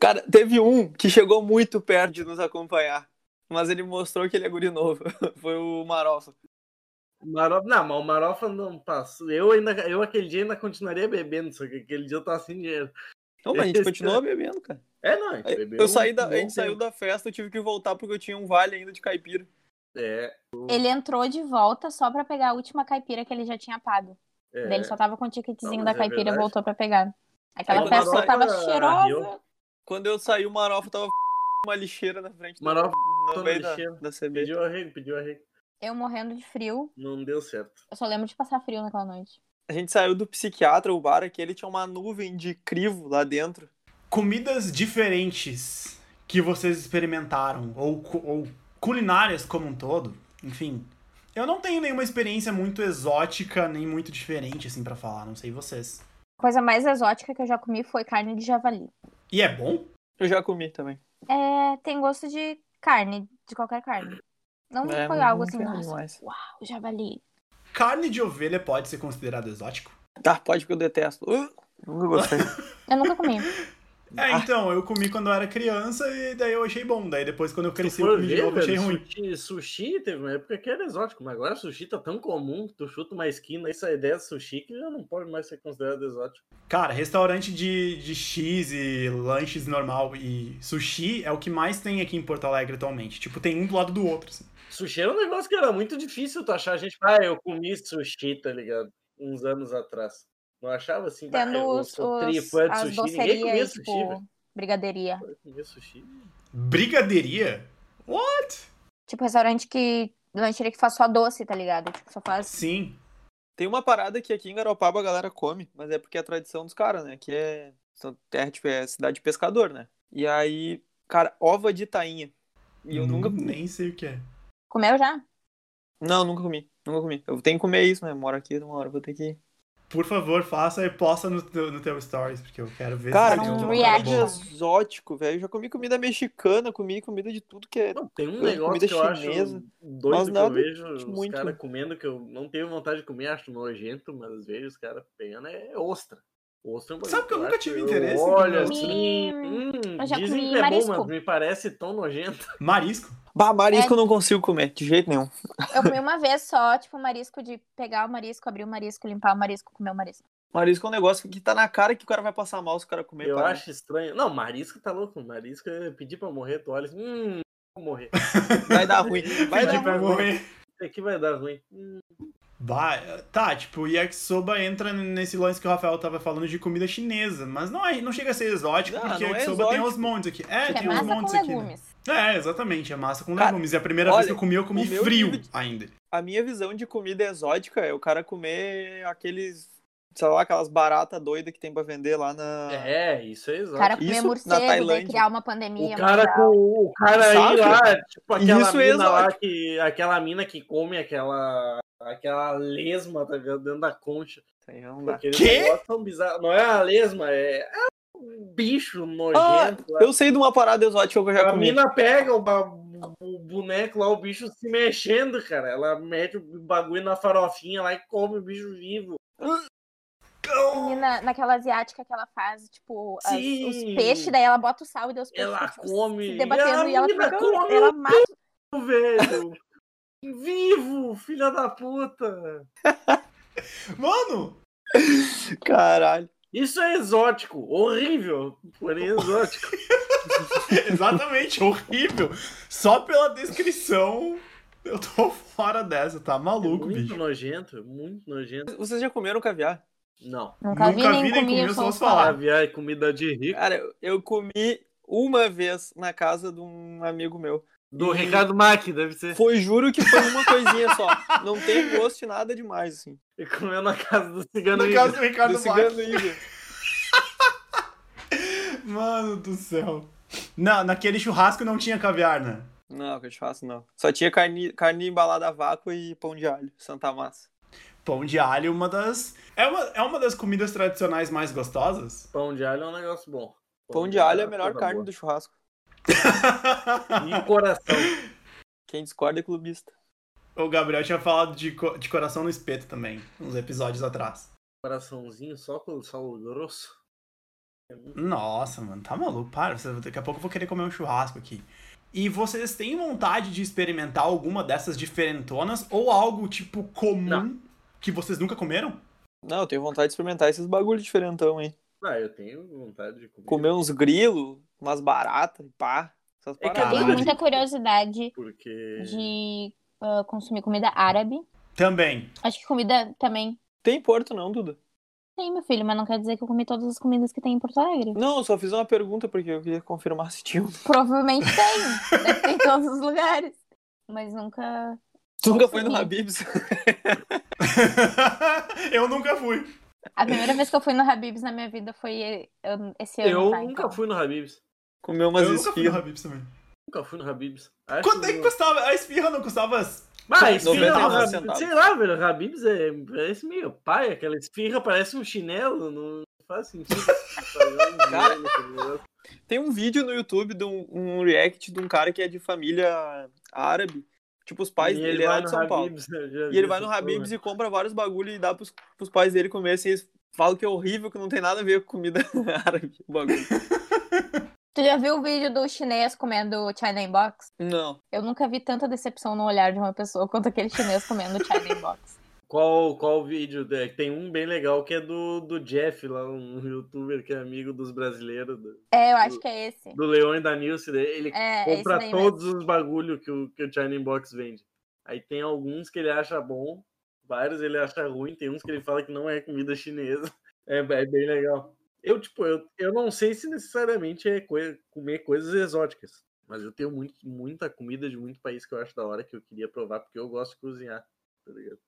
Speaker 2: Cara, teve um que chegou muito perto de nos acompanhar. Mas ele mostrou que ele é guri novo. <laughs> Foi o Marofa.
Speaker 3: Marofa, não, mas o Marofa não passou. Eu ainda, eu aquele dia ainda continuaria bebendo, só que aquele dia eu tava sem dinheiro.
Speaker 2: Não, Então, mas a gente continua bebendo, cara.
Speaker 3: É, não, a gente bebeu.
Speaker 2: Eu saí da,
Speaker 3: um
Speaker 2: a
Speaker 3: bom
Speaker 2: gente saiu
Speaker 3: tempo.
Speaker 2: da festa, eu tive que voltar porque eu tinha um vale ainda de caipira.
Speaker 3: É,
Speaker 4: bom. Ele entrou de volta só pra pegar a última caipira que ele já tinha pago.
Speaker 3: é.
Speaker 4: Daí ele só tava com o ticketzinho
Speaker 3: Não,
Speaker 4: da
Speaker 3: mas é
Speaker 4: caipira e
Speaker 3: verdade.
Speaker 4: voltou pra pegar. Aquela
Speaker 2: Aí,
Speaker 4: festa
Speaker 2: Marofa,
Speaker 4: tava
Speaker 3: Rio.
Speaker 4: cheirosa.
Speaker 2: Quando eu saí, o Marofa tava <laughs> uma lixeira na frente do-
Speaker 3: Marofa
Speaker 2: no
Speaker 3: uma
Speaker 2: meio da,
Speaker 3: lixeira.
Speaker 2: da CB.
Speaker 3: Pediu arrego, pediu arrego.
Speaker 4: Eu morrendo de frio.
Speaker 3: Não deu certo.
Speaker 4: Eu só lembro de passar frio naquela noite.
Speaker 2: A gente saiu do psiquiatra, o bar, que ele tinha uma nuvem de crivo lá dentro.
Speaker 1: Comidas diferentes que vocês experimentaram, ou, cu- ou culinárias como um todo, enfim, Eu não tenho nenhuma experiência muito exótica, nem muito diferente, assim, pra falar. Não sei vocês.
Speaker 4: A coisa mais exótica que eu já comi foi carne de javali.
Speaker 1: E é bom?
Speaker 2: Eu já comi também.
Speaker 4: É, tem gosto de carne, de qualquer carne. Não
Speaker 2: É,
Speaker 4: foi
Speaker 2: mas
Speaker 4: algo
Speaker 2: não
Speaker 4: assim,
Speaker 2: tem
Speaker 4: nossa,
Speaker 2: demais.
Speaker 4: uau, javali.
Speaker 1: Carne de ovelha pode ser considerado exótico?
Speaker 2: Tá, pode porque eu detesto. Uh, nunca <laughs> gostei.
Speaker 4: Eu nunca comi.
Speaker 1: É,
Speaker 2: Ah.
Speaker 1: então, eu comi quando eu era criança e daí eu achei bom. Daí depois, quando eu cresci, eu
Speaker 3: For
Speaker 1: comi de
Speaker 3: ver,
Speaker 1: novo, eu achei
Speaker 3: velho,
Speaker 1: ruim.
Speaker 3: Sushi, sushi teve uma época que era exótico, mas agora sushi tá tão comum que tu chuta uma esquina e sai ideia de sushi que já não pode mais ser considerado exótico.
Speaker 1: Cara, restaurante de, de X e lanches normal e sushi é o que mais tem aqui em Porto Alegre atualmente. Tipo, tem um do lado do outro. assim.
Speaker 3: Sushi era um negócio que era muito difícil tu achar gente. Ah, eu comi sushi, tá ligado? Uns anos atrás. Não achava assim, <laughs> "Bah,
Speaker 4: Tendo
Speaker 3: eu
Speaker 4: os,
Speaker 3: sou
Speaker 4: É, os-
Speaker 3: tri fã de
Speaker 4: as
Speaker 3: sushi. Ninguém comia
Speaker 4: docerias,
Speaker 3: sushi,
Speaker 4: tipo,
Speaker 3: velho.
Speaker 4: brigadeiria.
Speaker 3: Eu comia sushi.
Speaker 1: Brigaderia?
Speaker 4: Tipo, restaurante que. Lancheria que faz só doce, tá ligado? Tipo, só faz.
Speaker 1: Sim.
Speaker 2: Tem uma parada que aqui em Garopaba a galera come, mas é porque é a tradição dos caras, né? Que é. São terra, tipo, é cidade de pescador, né? E aí, cara, ova de tainha. E eu
Speaker 1: Hum,
Speaker 2: nunca comi.
Speaker 1: Nem sei o que é.
Speaker 4: Comeu já?
Speaker 2: Não, nunca comi. Nunca comi. Eu tenho que comer isso, né? Eu moro aqui, uma hora eu vou ter que.
Speaker 1: Por favor, faça e posta no, teu- no teu stories, porque eu quero ver
Speaker 2: Cara,
Speaker 1: se
Speaker 4: um
Speaker 1: tem
Speaker 2: que
Speaker 1: alguma coisa
Speaker 4: react.
Speaker 2: react.
Speaker 1: boa.
Speaker 2: exótico, velho. Eu já comi comida mexicana, comi comida de tudo que é.
Speaker 3: Não, tem um
Speaker 2: Comida
Speaker 3: negócio que eu
Speaker 2: chinesa,
Speaker 3: acho doido
Speaker 2: mas
Speaker 3: que eu
Speaker 2: nada
Speaker 3: vejo os
Speaker 2: muito.
Speaker 3: caras comendo, que eu não tenho vontade de comer, acho nojento, mas vejo os caras pegando, é ostra. Ostra é um bagulho
Speaker 1: Sabe que eu nunca
Speaker 3: acho-
Speaker 1: tive interesse em
Speaker 3: Olha,
Speaker 1: comer ostra?
Speaker 3: assim, hum,
Speaker 4: Eu já
Speaker 3: dizem
Speaker 4: comi
Speaker 3: que é
Speaker 4: marisco.
Speaker 3: bom, mas me parece tão nojento.
Speaker 1: Marisco?
Speaker 2: Bah, marisco
Speaker 4: É.
Speaker 2: eu não consigo comer, de jeito nenhum.
Speaker 4: Eu comi uma <laughs> vez só, tipo, marisco de pegar o marisco, abrir o marisco, limpar o marisco, comer o marisco.
Speaker 2: Marisco é um negócio que tá na cara que o cara vai passar mal se o cara comer.
Speaker 3: eu
Speaker 2: parada.
Speaker 3: acho estranho. Não, marisco tá louco, marisco é pedir pra morrer, tu olha assim, hum, vou morrer.
Speaker 2: Vai dar ruim. Vai
Speaker 1: Pedi
Speaker 2: dar
Speaker 1: pra
Speaker 2: ruim.
Speaker 1: morrer.
Speaker 3: Isso aqui vai dar ruim. Hum,
Speaker 1: Bah, tá, tipo, o yakisoba entra nesse lance que o Rafael tava falando de comida chinesa, mas não, é, não chega a ser exótico,
Speaker 2: Não,
Speaker 1: porque
Speaker 2: não é
Speaker 1: yakisoba tem
Speaker 2: exótico.
Speaker 1: uns montes aqui. É,
Speaker 4: que é
Speaker 1: tem uns
Speaker 4: massa com
Speaker 1: montes aqui. Né?
Speaker 4: legumes.
Speaker 1: É, exatamente, é massa com
Speaker 2: Cara,
Speaker 1: legumes. E a primeira vez
Speaker 2: olha,
Speaker 1: que eu comi, eu comi
Speaker 2: o meu
Speaker 1: frio
Speaker 2: nível de-
Speaker 1: ainda.
Speaker 2: a minha visão de comida exótica é o cara comer aqueles, sei lá, aquelas baratas doidas que tem pra vender lá na.
Speaker 3: É, isso é
Speaker 4: O
Speaker 3: exótico.
Speaker 4: cara comer
Speaker 2: Isso na
Speaker 4: morcego, daí
Speaker 2: Tailândia.
Speaker 4: criar uma
Speaker 3: O
Speaker 4: pandemia.
Speaker 3: cara
Speaker 4: mundial.
Speaker 3: com o cara aí
Speaker 2: Sabe?
Speaker 3: lá, tipo aquela
Speaker 2: Isso é
Speaker 3: mina lá
Speaker 2: exótico.
Speaker 3: que aquela mina que come aquela aquela lesma tá ligado? dentro da concha.
Speaker 2: Isso aí não dá.
Speaker 3: Aquele
Speaker 1: Quê?
Speaker 3: negócio tão bizarro. Não é a lesma, é, é um bicho
Speaker 2: Ah,
Speaker 3: nojento. lá.
Speaker 2: eu sei de uma parada exótica que eu Ah, já
Speaker 3: a
Speaker 2: comi.
Speaker 3: mina pega o, ba- o boneco lá, o bicho se mexendo, cara. Ela mete o bagulho na farofinha lá e come o bicho vivo.
Speaker 4: E na- naquela asiática que ela faz, tipo, as- os
Speaker 3: Sim.
Speaker 4: peixes, daí ela bota o sal e daí os peixes
Speaker 3: Ela
Speaker 4: ficam, tipo,
Speaker 3: come.
Speaker 4: <laughs> se debatendo
Speaker 3: E
Speaker 4: e
Speaker 3: a
Speaker 4: ela
Speaker 3: mina
Speaker 4: fica.
Speaker 3: come
Speaker 4: Ela
Speaker 3: o
Speaker 4: mata.
Speaker 3: Velho! vivo, filha da puta!
Speaker 1: Mano,
Speaker 2: Caralho.
Speaker 3: Isso é exótico, horrível, porém exótico.
Speaker 1: <laughs> exatamente, horrível. Só pela descrição, eu tô fora dessa, tá maluco,
Speaker 3: muito
Speaker 1: bicho.
Speaker 3: nojento, muito nojento.
Speaker 2: Vocês já comeram caviar?
Speaker 3: Não.
Speaker 4: Nunca, vi nem comi, eu
Speaker 1: eu
Speaker 4: só
Speaker 1: só
Speaker 4: ouço
Speaker 1: falar.
Speaker 4: falar.
Speaker 3: Caviar é comida de rico.
Speaker 2: Cara, eu- eu comi uma vez na casa de um amigo meu.
Speaker 3: Do Ricardo Mac, deve ser.
Speaker 2: Foi, juro que foi uma coisinha só. Não tem gosto de nada demais, assim.
Speaker 3: E comeu na casa do cigano
Speaker 1: No
Speaker 3: Igor.
Speaker 1: caso do Ricardo
Speaker 2: Do cigano Igor.
Speaker 1: Marques. Mano do céu. Não, naquele churrasco não tinha caviar, né?
Speaker 2: Não, que eu te faço, não. Só tinha carne, carne embalada a vácuo e pão de alho, Santa Massa.
Speaker 1: Pão de alho, uma das. É uma, é uma das comidas tradicionais mais
Speaker 3: <laughs>
Speaker 1: gostosas?
Speaker 3: Pão de alho é um negócio bom.
Speaker 2: Pão de alho é a melhor
Speaker 3: coisa
Speaker 2: carne
Speaker 3: boa.
Speaker 2: do churrasco.
Speaker 3: E coração.
Speaker 2: Quem discorda é clubista.
Speaker 1: o Gabriel tinha falado de, co- de coração no espeto também, uns episódios atrás.
Speaker 3: Coraçãozinho só com sal grosso.
Speaker 1: Nossa, mano, tá maluco, para. você- Daqui a pouco eu vou querer comer um churrasco aqui. E vocês têm vontade de experimentar alguma dessas diferentonas ou algo tipo comum
Speaker 3: Não.
Speaker 1: que vocês nunca comeram?
Speaker 2: Não, eu tenho vontade de experimentar esses bagulho diferentão, hein?
Speaker 3: Ah, eu tenho vontade de comer.
Speaker 2: Comer uns grilos, umas baratas, pá. Essas
Speaker 3: É que
Speaker 4: Eu
Speaker 2: paradas.
Speaker 4: tenho
Speaker 1: Caralho.
Speaker 4: muita curiosidade
Speaker 3: Porque.
Speaker 4: de ah, consumir comida árabe.
Speaker 1: Também. <laughs>
Speaker 4: Acho que comida também
Speaker 2: Tem Porto não, Duda?
Speaker 4: tem, meu filho, mas não quer dizer que eu comi todas as comidas que tem em Porto Alegre.
Speaker 2: Não, eu só fiz uma pergunta porque eu queria confirmar se tinha. um. <laughs>
Speaker 3: <laughs>
Speaker 4: Provavelmente tem. Deve ter em todos os lugares. Mas nunca.
Speaker 2: Tu nunca foi no
Speaker 4: Sim.
Speaker 2: Habib's?
Speaker 1: eu nunca fui.
Speaker 4: A primeira vez que eu fui no Habib's na minha vida foi eh, esse ano.
Speaker 3: Eu
Speaker 4: tá,
Speaker 3: nunca
Speaker 4: então.
Speaker 3: fui no Habibs.
Speaker 2: <laughs> Comeu umas
Speaker 1: eu nunca fui no
Speaker 2: esfirras.
Speaker 1: Habib's também.
Speaker 3: Nunca fui no Habibs. Acho
Speaker 1: Quanto é que
Speaker 3: um-
Speaker 1: custava? A esfirra não custava
Speaker 3: Mas esfirra,
Speaker 2: 99
Speaker 3: Habib-
Speaker 2: centavos.
Speaker 3: sei lá, velho, Habibs é, parece meio pai, aquela esfirra parece um chinelo, não faz sentido.
Speaker 2: Cara. Tem um vídeo no YouTube de um, um react de um cara que é de família árabe. Tipo, os pais dele é lá de São Paulo.
Speaker 3: <laughs>
Speaker 2: E ele vai no Habib's
Speaker 1: né?
Speaker 2: e compra vários bagulho e dá pros, pros pais dele comer. Assim, eles falam que é horrível, que não tem nada a ver com comida <laughs> árabe. O bagulho.
Speaker 4: Tu já viu o vídeo do chinês comendo China in Box?
Speaker 2: Não.
Speaker 4: Eu nunca vi tanta decepção no olhar de uma pessoa quanto aquele chinês comendo China in Box.
Speaker 3: Qual, qual vídeo? É, Tem um bem legal que é do, do Jeff, lá, um <laughs> youtuber que é amigo dos brasileiros, do,
Speaker 4: <laughs> É, eu acho que é esse.
Speaker 3: do Leão e da Nilce. né? Ele
Speaker 4: É, é esse
Speaker 3: compra
Speaker 4: daí mesmo.
Speaker 3: todos os bagulho que o, que o China Inbox vende. Aí tem alguns que ele acha bom, vários ele acha ruim, tem uns que ele fala que não é comida chinesa. <laughs> É, be- é bem legal. Eu, tipo, eu, eu não sei se necessariamente é coi- comer coisas exóticas. Mas eu tenho muito, muita comida de muito país que eu acho da hora que eu queria provar, porque eu gosto de cozinhar, tá ligado?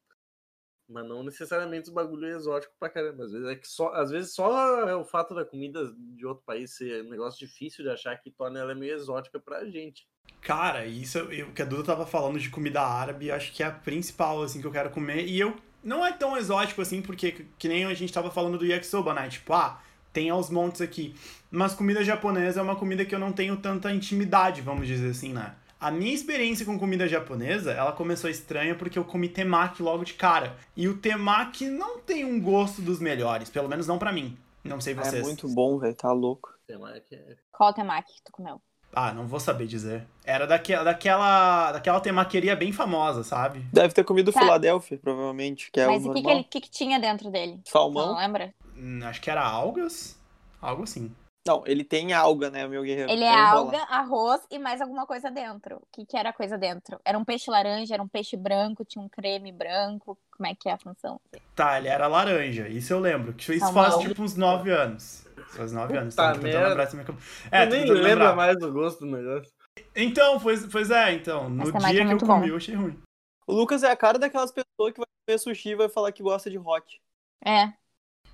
Speaker 3: Mas não necessariamente os bagulho é exótico pra caramba. Às vezes, é que só, às vezes só é o fato da comida de outro país ser um negócio difícil de achar que torna ela meio exótica pra gente.
Speaker 1: Cara, isso é o que a Duda tava falando de comida árabe, acho que é a principal, assim, que eu quero comer. E eu não é tão exótico assim, porque que- que nem a gente tava falando do yakisoba, né? Tipo, ah, tem aos montes aqui. Mas comida japonesa é uma comida que eu não tenho tanta intimidade, vamos dizer assim, né? A minha experiência com comida japonesa, ela começou estranha porque eu comi temaki logo de cara. E o temaki não tem um gosto dos melhores, pelo menos não pra mim. Não sei vocês.
Speaker 2: É muito bom, velho. Tá louco.
Speaker 3: Tema que é-
Speaker 4: Qual temaki que tu comeu?
Speaker 1: Ah, não vou saber dizer. Era daquela, daquela, daquela temaqueria bem famosa, sabe?
Speaker 2: Deve ter comido
Speaker 4: Tá.
Speaker 2: Filadélfia, provavelmente, que é
Speaker 4: Mas
Speaker 2: o
Speaker 4: o que, que,
Speaker 2: normal.
Speaker 4: ele- que que tinha dentro dele? Tu
Speaker 2: Salmão.
Speaker 4: não lembra?
Speaker 1: Hum, Acho que era algas? Algo assim.
Speaker 2: Não, ele tem alga, né, meu guerreiro?
Speaker 4: Ele é
Speaker 2: Pra enrolar.
Speaker 4: alga, arroz e mais alguma coisa dentro. O que, que era a coisa dentro? Era um peixe laranja, era um peixe branco, tinha um creme branco. Como é que é a função?
Speaker 1: Tá, ele era laranja, isso eu lembro. Que isso
Speaker 4: Tá
Speaker 1: faz
Speaker 4: mal.
Speaker 1: tipo uns 9 anos. Isso Faz 9 anos,
Speaker 3: Puta
Speaker 1: tá tentando
Speaker 3: merda.
Speaker 1: lembrar se minha... É,
Speaker 3: tu
Speaker 1: tô
Speaker 3: nem
Speaker 1: tentando
Speaker 3: lembra
Speaker 1: lembrar.
Speaker 3: mais o gosto do negócio.
Speaker 1: Então, pois, pois é, então.
Speaker 4: Mas
Speaker 1: No
Speaker 4: temaki é
Speaker 1: dia que eu
Speaker 4: muito
Speaker 1: comi,
Speaker 4: bom.
Speaker 1: eu achei ruim.
Speaker 2: O Lucas é a cara daquelas pessoas que vai comer sushi e vai falar que gosta de rock.
Speaker 4: É.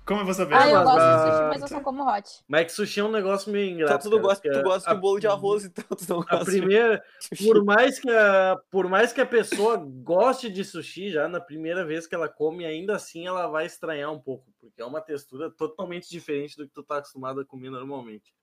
Speaker 1: Como eu vou saber?
Speaker 4: Ah, eu
Speaker 3: mas
Speaker 4: gosto de
Speaker 3: a-
Speaker 4: sushi, mas eu só como hot.
Speaker 3: Mas é que sushi é um negócio meio
Speaker 2: Então
Speaker 3: ingrato.
Speaker 2: tu, não
Speaker 3: cara,
Speaker 2: gosta,
Speaker 3: porque
Speaker 2: tu gosta
Speaker 3: a-
Speaker 2: de bolo de arroz, então tu não
Speaker 3: A
Speaker 2: gosta
Speaker 3: primeira,
Speaker 2: de <laughs> sushi.
Speaker 3: por mais, que a, por mais que a pessoa goste de sushi já na primeira vez que ela come, ainda assim ela vai estranhar um pouco, porque é uma textura totalmente diferente do que tu tá acostumado a comer normalmente.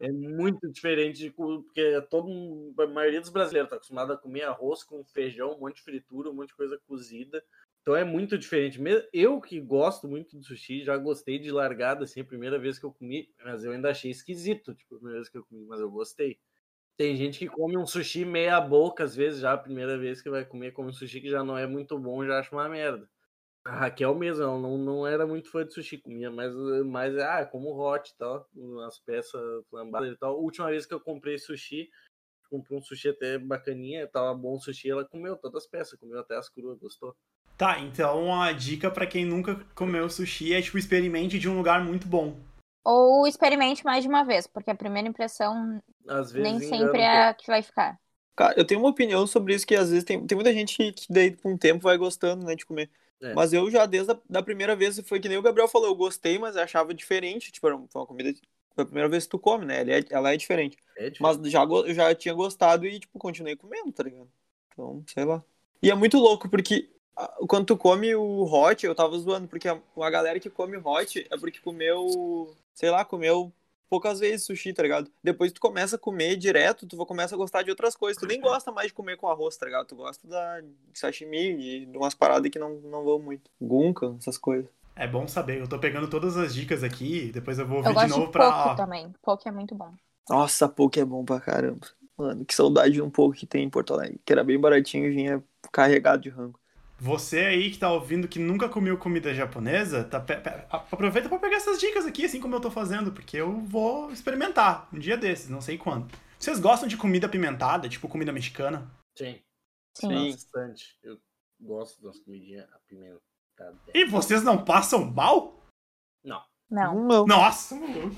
Speaker 3: É muito diferente, de cu- porque é todo, mundo- a maioria dos brasileiros tá acostumado a comer arroz com feijão, um monte de fritura, um monte de coisa cozida. Então é muito diferente. Me- Eu que gosto muito de sushi, já gostei de largada, assim, a primeira vez que eu comi, mas eu ainda achei esquisito, tipo, a primeira vez que eu comi, mas eu gostei. Tem gente que come um sushi meia boca, às vezes, já a primeira vez que vai comer, come um sushi que já não é muito bom, já acha uma merda. A Raquel mesmo, ela não, não era muito fã de sushi, comia mais, mais ah, como hot e tal, umas peças flambadas e tal. A última vez que eu comprei sushi, comprei um sushi até bacaninha, tava bom o sushi, ela comeu todas as peças, comeu até as cruas, gostou.
Speaker 1: Tá, então a dica pra quem nunca comeu sushi é tipo, experimente de um lugar muito bom.
Speaker 4: Ou experimente mais de uma vez, porque a primeira impressão
Speaker 3: Às vezes
Speaker 4: nem
Speaker 3: engana um
Speaker 4: sempre é a que vai ficar.
Speaker 2: Cara, eu tenho uma opinião sobre isso que às vezes tem, tem muita gente que, que daí com o tempo vai gostando, né, de comer.
Speaker 3: É.
Speaker 2: Mas eu já desde a da primeira vez, foi que nem o Gabriel falou, eu gostei, mas achava diferente, tipo, era uma foi uma comida, foi a primeira vez que tu come, né, ela é, ela é diferente.
Speaker 3: pouco. É difícil.
Speaker 2: Mas já, go- eu já tinha gostado e, tipo, continuei comendo, tá ligado? Então, sei lá. E é muito louco, porque ah, quando tu come o hot, eu tava zoando, porque a, a galera que come hot é porque comeu, sei lá, comeu poucas vezes sushi, tá ligado? Depois tu começa a comer direto, tu vai- começa a gostar de outras coisas. Tu nem gosta mais de comer com arroz, tá ligado? Tu gosta da de sashimi, de, de umas paradas que não, não vão muito. Gunkan, essas coisas.
Speaker 1: É bom saber, eu tô pegando todas as dicas aqui, depois eu vou ouvir
Speaker 4: Eu
Speaker 1: de
Speaker 4: gosto de
Speaker 1: novo
Speaker 4: pouco
Speaker 1: pra.
Speaker 4: também. Pouco é muito bom.
Speaker 2: Nossa, poke é bom pra caramba. Mano, que saudade de um pouco que tem em Porto Alegre, que era bem baratinho e vinha carregado de rango.
Speaker 1: Você aí que tá ouvindo que nunca comeu comida japonesa, tá, pe- pe- aproveita pra pegar essas dicas aqui, assim como eu tô fazendo, porque eu vou experimentar um dia desses, não sei quando. Vocês gostam de comida apimentada, tipo comida mexicana?
Speaker 3: Sim,
Speaker 4: Sim.
Speaker 3: bastante. Eu gosto das comidinhas apimentadas.
Speaker 1: E vocês não passam mal?
Speaker 4: Não.
Speaker 2: não.
Speaker 1: Nossa, maluco.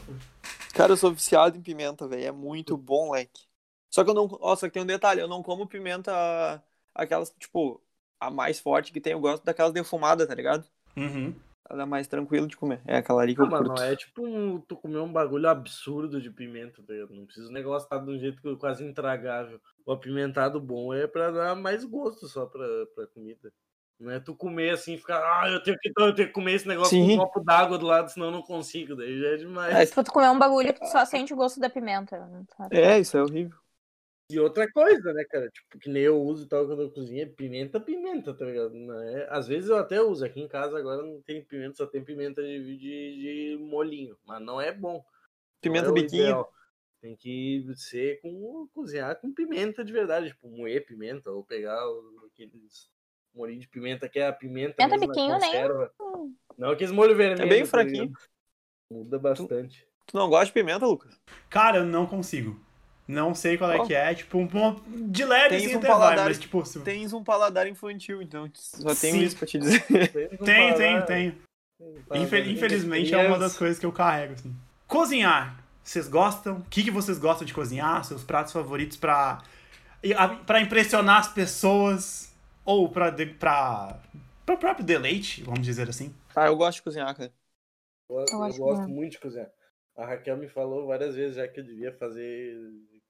Speaker 2: Cara, eu sou viciado em pimenta, velho. É muito bom, leque. Só que eu não. Ó, só que tem um detalhe, eu não como pimenta aquelas, tipo, a mais forte que tem, eu gosto daquelas defumadas, tá ligado?
Speaker 1: Uhum.
Speaker 2: Ela é mais tranquila de comer. É aquela ali que
Speaker 3: Ah,
Speaker 2: eu
Speaker 3: mas não
Speaker 2: curto.
Speaker 3: é tipo um- tu comer um bagulho absurdo de pimenta, tá ligado? Não precisa o negócio estar de um jeito quase intragável. O apimentado bom é pra dar mais gosto só pra, pra comida. Não é tu comer assim e ficar, ah, eu tenho que, eu tenho que comer esse negócio com
Speaker 2: Sim.
Speaker 3: um copo d'água do lado, senão eu não consigo. Daí já é demais.
Speaker 4: Tipo, tu comer um bagulho que tu só sente o gosto da pimenta. não sabe?
Speaker 2: Ah, É, isso é horrível.
Speaker 3: E outra coisa, né, cara? Tipo, que nem eu uso e tal quando eu cozinho, é pimenta, pimenta, tá ligado? Não é- Às vezes eu até uso. Aqui em casa agora não tem pimenta, só tem pimenta de, de, de molinho. Mas não é bom.
Speaker 2: Pimenta
Speaker 3: Não é o
Speaker 2: biquinho.
Speaker 3: ideal. Tem que ser com. cozinhar com pimenta de verdade. Tipo, moer pimenta, ou pegar o- aqueles molinhos de pimenta que é a pimenta.
Speaker 4: Pimenta
Speaker 3: mesmo, na
Speaker 4: biquinho, né? Hum. nem-
Speaker 3: conserva. Não aqueles molho vermelho.
Speaker 2: É bem
Speaker 3: tá
Speaker 2: fraquinho.
Speaker 3: ligado? Muda bastante.
Speaker 2: Tu não gosta de pimenta, Lucas?
Speaker 1: Cara, eu não consigo. Não sei qual é
Speaker 2: Bom.
Speaker 1: que é. Tipo, um, um, de leve
Speaker 2: Tens
Speaker 1: assim
Speaker 2: um
Speaker 1: até vai,
Speaker 2: paladar-
Speaker 1: mas tipo... Se...
Speaker 2: Tens um paladar infantil, então só tenho
Speaker 1: Sim.
Speaker 2: isso pra te dizer. <laughs>
Speaker 1: Tenho,
Speaker 3: ah,
Speaker 1: tenho, tenho.
Speaker 3: Tá
Speaker 1: Infel- Infelizmente é uma das coisas que eu carrego, assim. Cozinhar. Vocês gostam? O que, que vocês gostam de cozinhar? Seus pratos favoritos pra, e a- pra impressionar as pessoas? Ou pra, de- pra, pra próprio deleite, vamos dizer assim?
Speaker 2: Ah, eu gosto de cozinhar, cara.
Speaker 3: Eu, eu
Speaker 4: acho que
Speaker 3: gosto
Speaker 4: não.
Speaker 3: muito de cozinhar. A Raquel me falou várias vezes já que eu devia fazer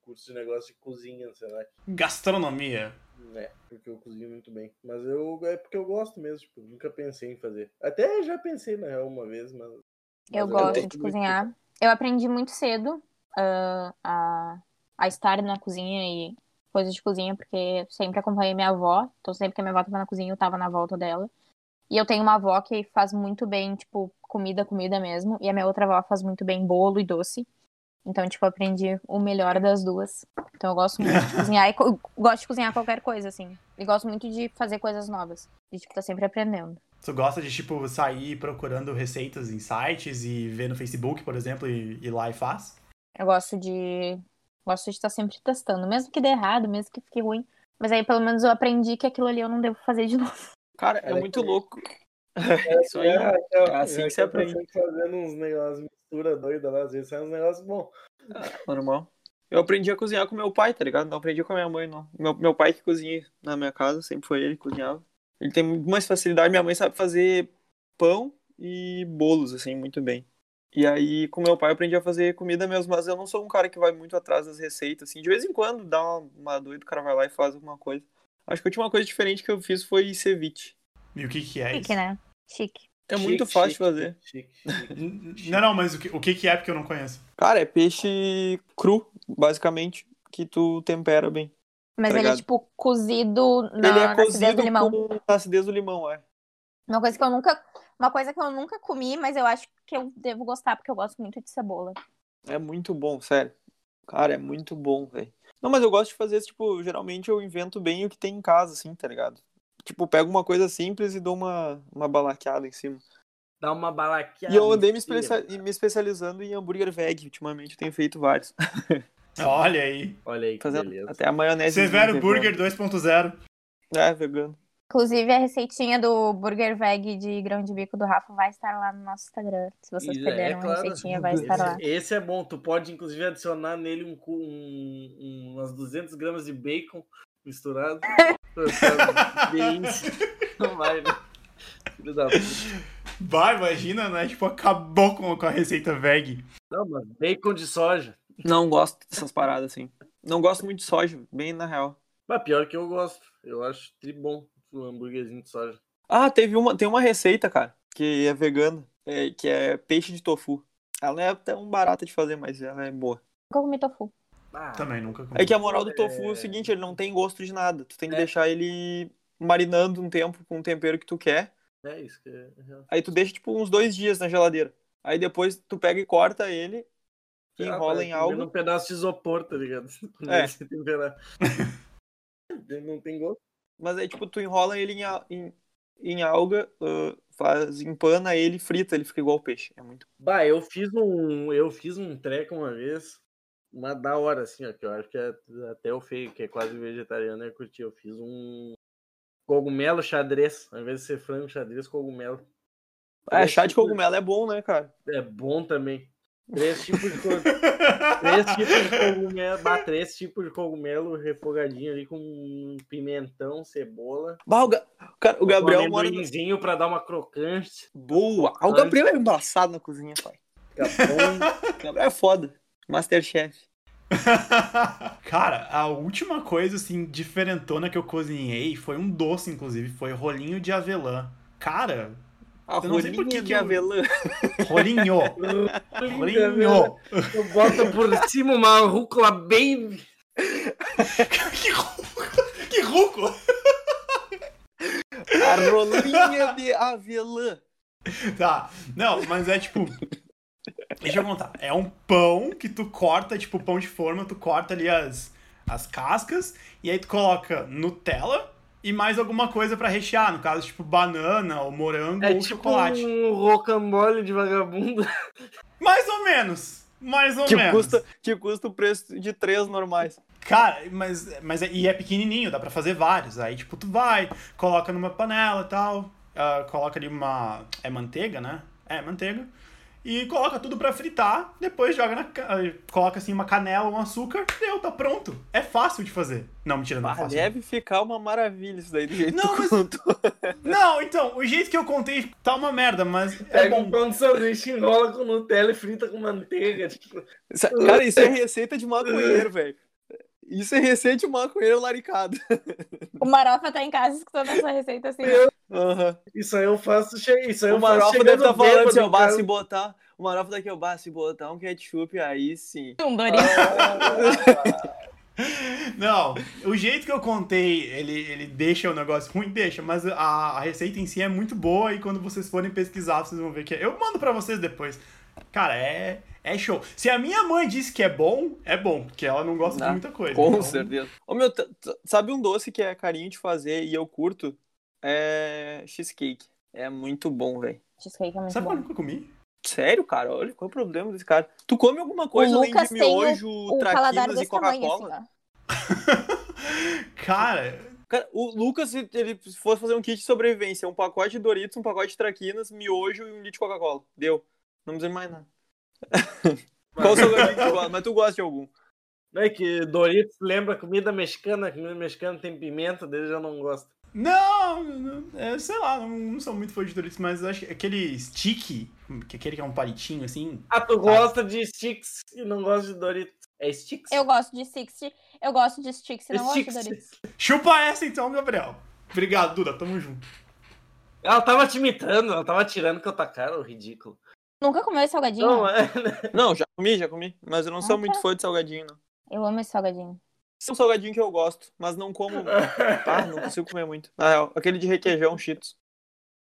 Speaker 3: curso de negócio de cozinha, sei lá.
Speaker 1: Gastronomia.
Speaker 3: É, porque eu cozinho muito bem. Mas eu é porque eu gosto mesmo, tipo, nunca pensei em fazer. Até já pensei na real uma vez, mas.
Speaker 4: Eu
Speaker 3: mas é
Speaker 4: gosto
Speaker 2: tenho
Speaker 4: de
Speaker 3: muito.
Speaker 4: cozinhar. Eu aprendi muito cedo ah, a, a estar na cozinha e coisas de cozinha, porque sempre acompanhei minha avó. Então, sempre que a minha avó tava na cozinha, eu tava na volta dela. E eu tenho uma avó que faz muito bem, tipo, comida, comida mesmo. E a minha outra avó faz muito bem bolo e doce. Então, tipo, eu aprendi o melhor das duas. Então, eu gosto muito de cozinhar. E co- gosto de cozinhar qualquer coisa, assim. E gosto muito de fazer coisas novas. E, tipo, tá sempre aprendendo.
Speaker 1: Tu gosta de, tipo, sair procurando receitas em sites e ver no Facebook, por exemplo, e ir lá e faz?
Speaker 4: Eu gosto de. Gosto de estar sempre testando. Mesmo que dê errado, mesmo que fique ruim. Mas aí pelo menos eu aprendi que aquilo ali eu não devo fazer de <laughs> novo.
Speaker 2: Cara, é
Speaker 3: Cara,
Speaker 2: muito
Speaker 3: que-
Speaker 2: louco. É isso aí.
Speaker 3: Raquel,
Speaker 2: é assim que você
Speaker 3: Raquel tá
Speaker 2: aprende.
Speaker 3: sempre fazendo uns negócios, mistura doida lá, às vezes sai uns negócios bons.
Speaker 2: É, Normal. Eu aprendi a cozinhar com meu pai, tá ligado? Não aprendi com a minha mãe, não. Meu, meu pai que cozinha na minha casa, sempre foi ele que cozinhava. Ele tem muito mais facilidade, minha mãe sabe fazer pão e bolos, assim, muito bem. E aí, com meu pai, eu aprendi a fazer comida mesmo, mas eu não sou um cara que vai muito atrás das receitas, assim. De vez em quando, dá uma, uma doida, o cara vai lá e faz alguma coisa. Acho que a última coisa diferente que eu fiz foi ceviche.
Speaker 1: E o que que é isso?
Speaker 4: Chique, né? Chique.
Speaker 2: É
Speaker 3: Chique,
Speaker 2: muito fácil de
Speaker 3: chique,
Speaker 2: fazer.
Speaker 3: chique, chique.
Speaker 1: N- n- Não, não, mas o que, o que que é porque eu não conheço?
Speaker 2: Cara, é peixe cru, basicamente, que tu tempera bem.
Speaker 4: Mas ele é
Speaker 2: Obrigado.
Speaker 4: tipo cozido na,
Speaker 2: ele é
Speaker 4: na acidez
Speaker 2: cozido
Speaker 4: do limão.
Speaker 2: com a acidez do limão, é.
Speaker 4: Uma coisa que eu nunca. Uma coisa que eu nunca comi, mas eu acho que eu devo gostar, porque eu gosto muito de cebola.
Speaker 2: É muito bom, sério. Cara, é muito bom, velho. Não, mas eu gosto de fazer, tipo, geralmente eu invento bem o que tem em casa, assim, tá ligado? Tipo, pego uma coisa simples e dou uma, uma balaqueada em cima.
Speaker 3: Dá uma balaqueada.
Speaker 2: e eu andei me,
Speaker 3: mentira.
Speaker 2: especia- me especializando em hambúrguer veg. Ultimamente eu tenho feito vários.
Speaker 1: Olha aí.
Speaker 3: Olha aí, que
Speaker 2: Fazendo
Speaker 3: beleza.
Speaker 2: até a maionese.
Speaker 1: Severo
Speaker 2: vegana.
Speaker 1: é Burger 2.0.
Speaker 2: É, vegano.
Speaker 4: Inclusive, a receitinha do Burger Veg de grão de bico do Rafa vai estar lá no nosso Instagram. Se vocês
Speaker 3: Isso, é
Speaker 4: perderam a
Speaker 3: claro.
Speaker 4: receitinha, vai
Speaker 2: Meu
Speaker 4: estar
Speaker 3: <laughs>
Speaker 4: lá.
Speaker 3: Esse, esse é bom, tu pode inclusive adicionar nele um, cu- um- um- umas 200 gramas de bacon
Speaker 4: <laughs>
Speaker 3: misturado. é Delícia. Não vai, né? Filho da puta.
Speaker 1: Vai, imagina, né? Tipo, acabou com, com a receita veg.
Speaker 3: Não, mano, bacon de soja.
Speaker 2: Não gosto dessas paradas, assim. Não gosto muito de soja, bem na real.
Speaker 3: Mas pior que eu gosto, eu acho tri bom o hambúrguerzinho de soja.
Speaker 2: Ah, teve uma, tem uma receita, cara, que é vegana, é- que é peixe de tofu. Ela não é tão barata de fazer, mas ela é boa.
Speaker 4: Nunca comi tofu.
Speaker 3: Ah,
Speaker 1: Também nunca comi.
Speaker 2: É que a moral do tofu é
Speaker 3: É.
Speaker 2: o seguinte, ele não tem gosto de nada. Tu tem que
Speaker 3: É.
Speaker 2: deixar ele marinando um tempo com o tempero que tu quer.
Speaker 3: É isso que é.
Speaker 2: Aí tu deixa, tipo, uns dois dias na geladeira. Aí depois tu pega e corta ele e
Speaker 3: Ah,
Speaker 2: enrola em
Speaker 3: parece comendo
Speaker 2: algo.
Speaker 3: um pedaço de isopor, tá ligado? <laughs>
Speaker 2: É.
Speaker 3: É. temperar. Ele <laughs> não tem gosto.
Speaker 2: Mas aí, tipo, tu enrola ele em, a- em, em alga, ah, faz, empana ele, frita, ele fica igual peixe. É muito
Speaker 3: Bah, eu fiz um, eu fiz um treco uma vez, uma da hora assim, ó, que eu acho que é- até o feio, que é quase vegetariano, eu curti. Eu fiz um cogumelo xadrez, ao invés de ser frango xadrez, cogumelo.
Speaker 2: É, chá de cogumelo é bom, né, cara?
Speaker 3: É bom também. Três tipos de cogumelo. três tipos
Speaker 1: <laughs>
Speaker 3: de cogumelo. bah, três tipos de cogumelo refogadinho ali com pimentão, cebola.
Speaker 2: Bah, o, Ga- cara, o Gabriel
Speaker 3: um
Speaker 2: mora no...
Speaker 3: amendoinzinho pra dar uma crocante.
Speaker 2: Boa! Ah, o Gabriel é embaçado na cozinha, pai.
Speaker 3: Tá <laughs> Capão.
Speaker 2: O <laughs> Gabriel é foda. Masterchef.
Speaker 1: Cara, a última coisa, assim, diferentona que eu cozinhei foi um doce, inclusive. Foi rolinho de avelã. Cara,
Speaker 2: A
Speaker 1: Eu não sei por que
Speaker 2: rolinha de
Speaker 1: que eu-
Speaker 2: avelã. <laughs>
Speaker 1: rolinho.
Speaker 3: Linda,
Speaker 1: rolinho. <laughs>
Speaker 3: velho. Tu bota por cima uma rúcula bem
Speaker 1: que rúcula. Que rúcula.
Speaker 2: A rolinha de avelã.
Speaker 1: Tá. Não, mas é tipo... Deixa eu contar. É um pão que tu corta, tipo pão de forma, tu corta ali as, as cascas e aí tu coloca Nutella e mais alguma coisa pra rechear. No caso, tipo banana ou morango
Speaker 3: É
Speaker 1: ou
Speaker 3: tipo
Speaker 1: chocolate.
Speaker 3: um rocambole de vagabundo.
Speaker 1: Mais ou menos. Mais ou
Speaker 2: Que
Speaker 1: menos.
Speaker 2: custa, que custa o preço de três normais.
Speaker 1: Cara, mas, mas é, e é pequenininho, dá pra fazer vários. Aí, tipo, tu vai, coloca numa panela e tal, ah, coloca ali uma... é manteiga, né? É, manteiga. E coloca tudo pra fritar, depois joga na... ca- ah, coloca, assim, uma canela, um açúcar, deu, tá pronto. É fácil de fazer. Não, mentira, não é
Speaker 2: Ah,
Speaker 1: fácil.
Speaker 2: deve ficar uma maravilha isso daí do jeito
Speaker 1: Não,
Speaker 2: que
Speaker 1: mas-
Speaker 2: tu contou.
Speaker 1: Não, então, o jeito que eu contei tá uma merda, mas é
Speaker 3: Pega um
Speaker 1: bom.
Speaker 3: pão de sanduíche, enrola com Nutella e frita com manteiga. Tipo,
Speaker 2: Sa- Cara, isso é receita de
Speaker 1: <laughs>
Speaker 2: maconheiro, velho. Isso é receita de maconheiro laricado.
Speaker 4: O Marofa tá em casa escutando essa receita assim.
Speaker 2: Aham.
Speaker 3: isso aí eu faço cheio. Isso aí
Speaker 2: O
Speaker 3: eu faço
Speaker 2: Marofa
Speaker 3: chegando
Speaker 2: deve estar falando
Speaker 3: bêbado
Speaker 2: assim, ó,
Speaker 3: em
Speaker 2: bah,
Speaker 3: casa.
Speaker 2: se botar. O Marofa daqui, ó, bah, se botar um ketchup, aí sim.
Speaker 4: Um Doritos.
Speaker 1: Não, o jeito que eu contei, ele, ele deixa o negócio ruim, deixa, mas a, a receita em si é muito boa e quando vocês forem pesquisar, vocês vão ver que é. Eu mando pra vocês depois. Cara, é, é show. Se a minha mãe disse que é bom, é bom, porque ela não gosta de
Speaker 2: Ah,
Speaker 1: muita coisa.
Speaker 2: Com
Speaker 1: então-
Speaker 2: certeza. Ô, meu, t- t- sabe um doce que é carinho de fazer e eu curto? É cheesecake. É muito bom, velho.
Speaker 4: Cheesecake é muito
Speaker 1: Sabe
Speaker 4: bom.
Speaker 1: qual eu nunca comi?
Speaker 2: Sério, cara? Olha, qual é o problema desse cara? Tu come alguma coisa além
Speaker 4: Lucas
Speaker 2: de
Speaker 4: tem o-
Speaker 2: miojo,
Speaker 4: O paladar
Speaker 2: traquinas e
Speaker 4: Um desse tamanho, assim,
Speaker 2: Coca-Cola?
Speaker 4: ó.
Speaker 1: Cara,
Speaker 4: assim.
Speaker 2: Cara, o Lucas, se ele fosse fazer um kit de sobrevivência, um pacote de Doritos, um pacote de traquinas, miojo e um litro de Coca-Cola. Deu. Não precisa de mais nada. <laughs> Qual o seu gordinho que tu gosta? Mas tu gosta de algum.
Speaker 3: Não é que Doritos lembra comida mexicana. Comida mexicana tem pimenta, dele já não gosta.
Speaker 1: não, não- é, sei lá, não, não sou muito fã de Doritos, mas acho que aquele stick, que aquele que é um palitinho assim.
Speaker 3: Ah, tu gosta de sticks e não gosta de Doritos. É sticks? É
Speaker 4: Eu gosto de Sixty, eu gosto de Sticks e não gosto de
Speaker 3: Sticks.
Speaker 4: Doritos.
Speaker 1: Chupa essa então, Gabriel. Obrigado, Duda, tamo junto.
Speaker 3: Ela tava te imitando, ela tava tirando com a tua cara, ô ridículo.
Speaker 4: Nunca comeu esse salgadinho?
Speaker 3: Não, é... <laughs>
Speaker 2: Não, já comi, já comi. Mas eu não sou
Speaker 4: Ah,
Speaker 2: muito
Speaker 4: tá.
Speaker 2: fã de salgadinho, não.
Speaker 4: Eu amo esse salgadinho.
Speaker 2: Esse é um salgadinho que eu gosto, mas não como. Ah, não consigo comer muito. Na real, aquele de requeijão, cheetos.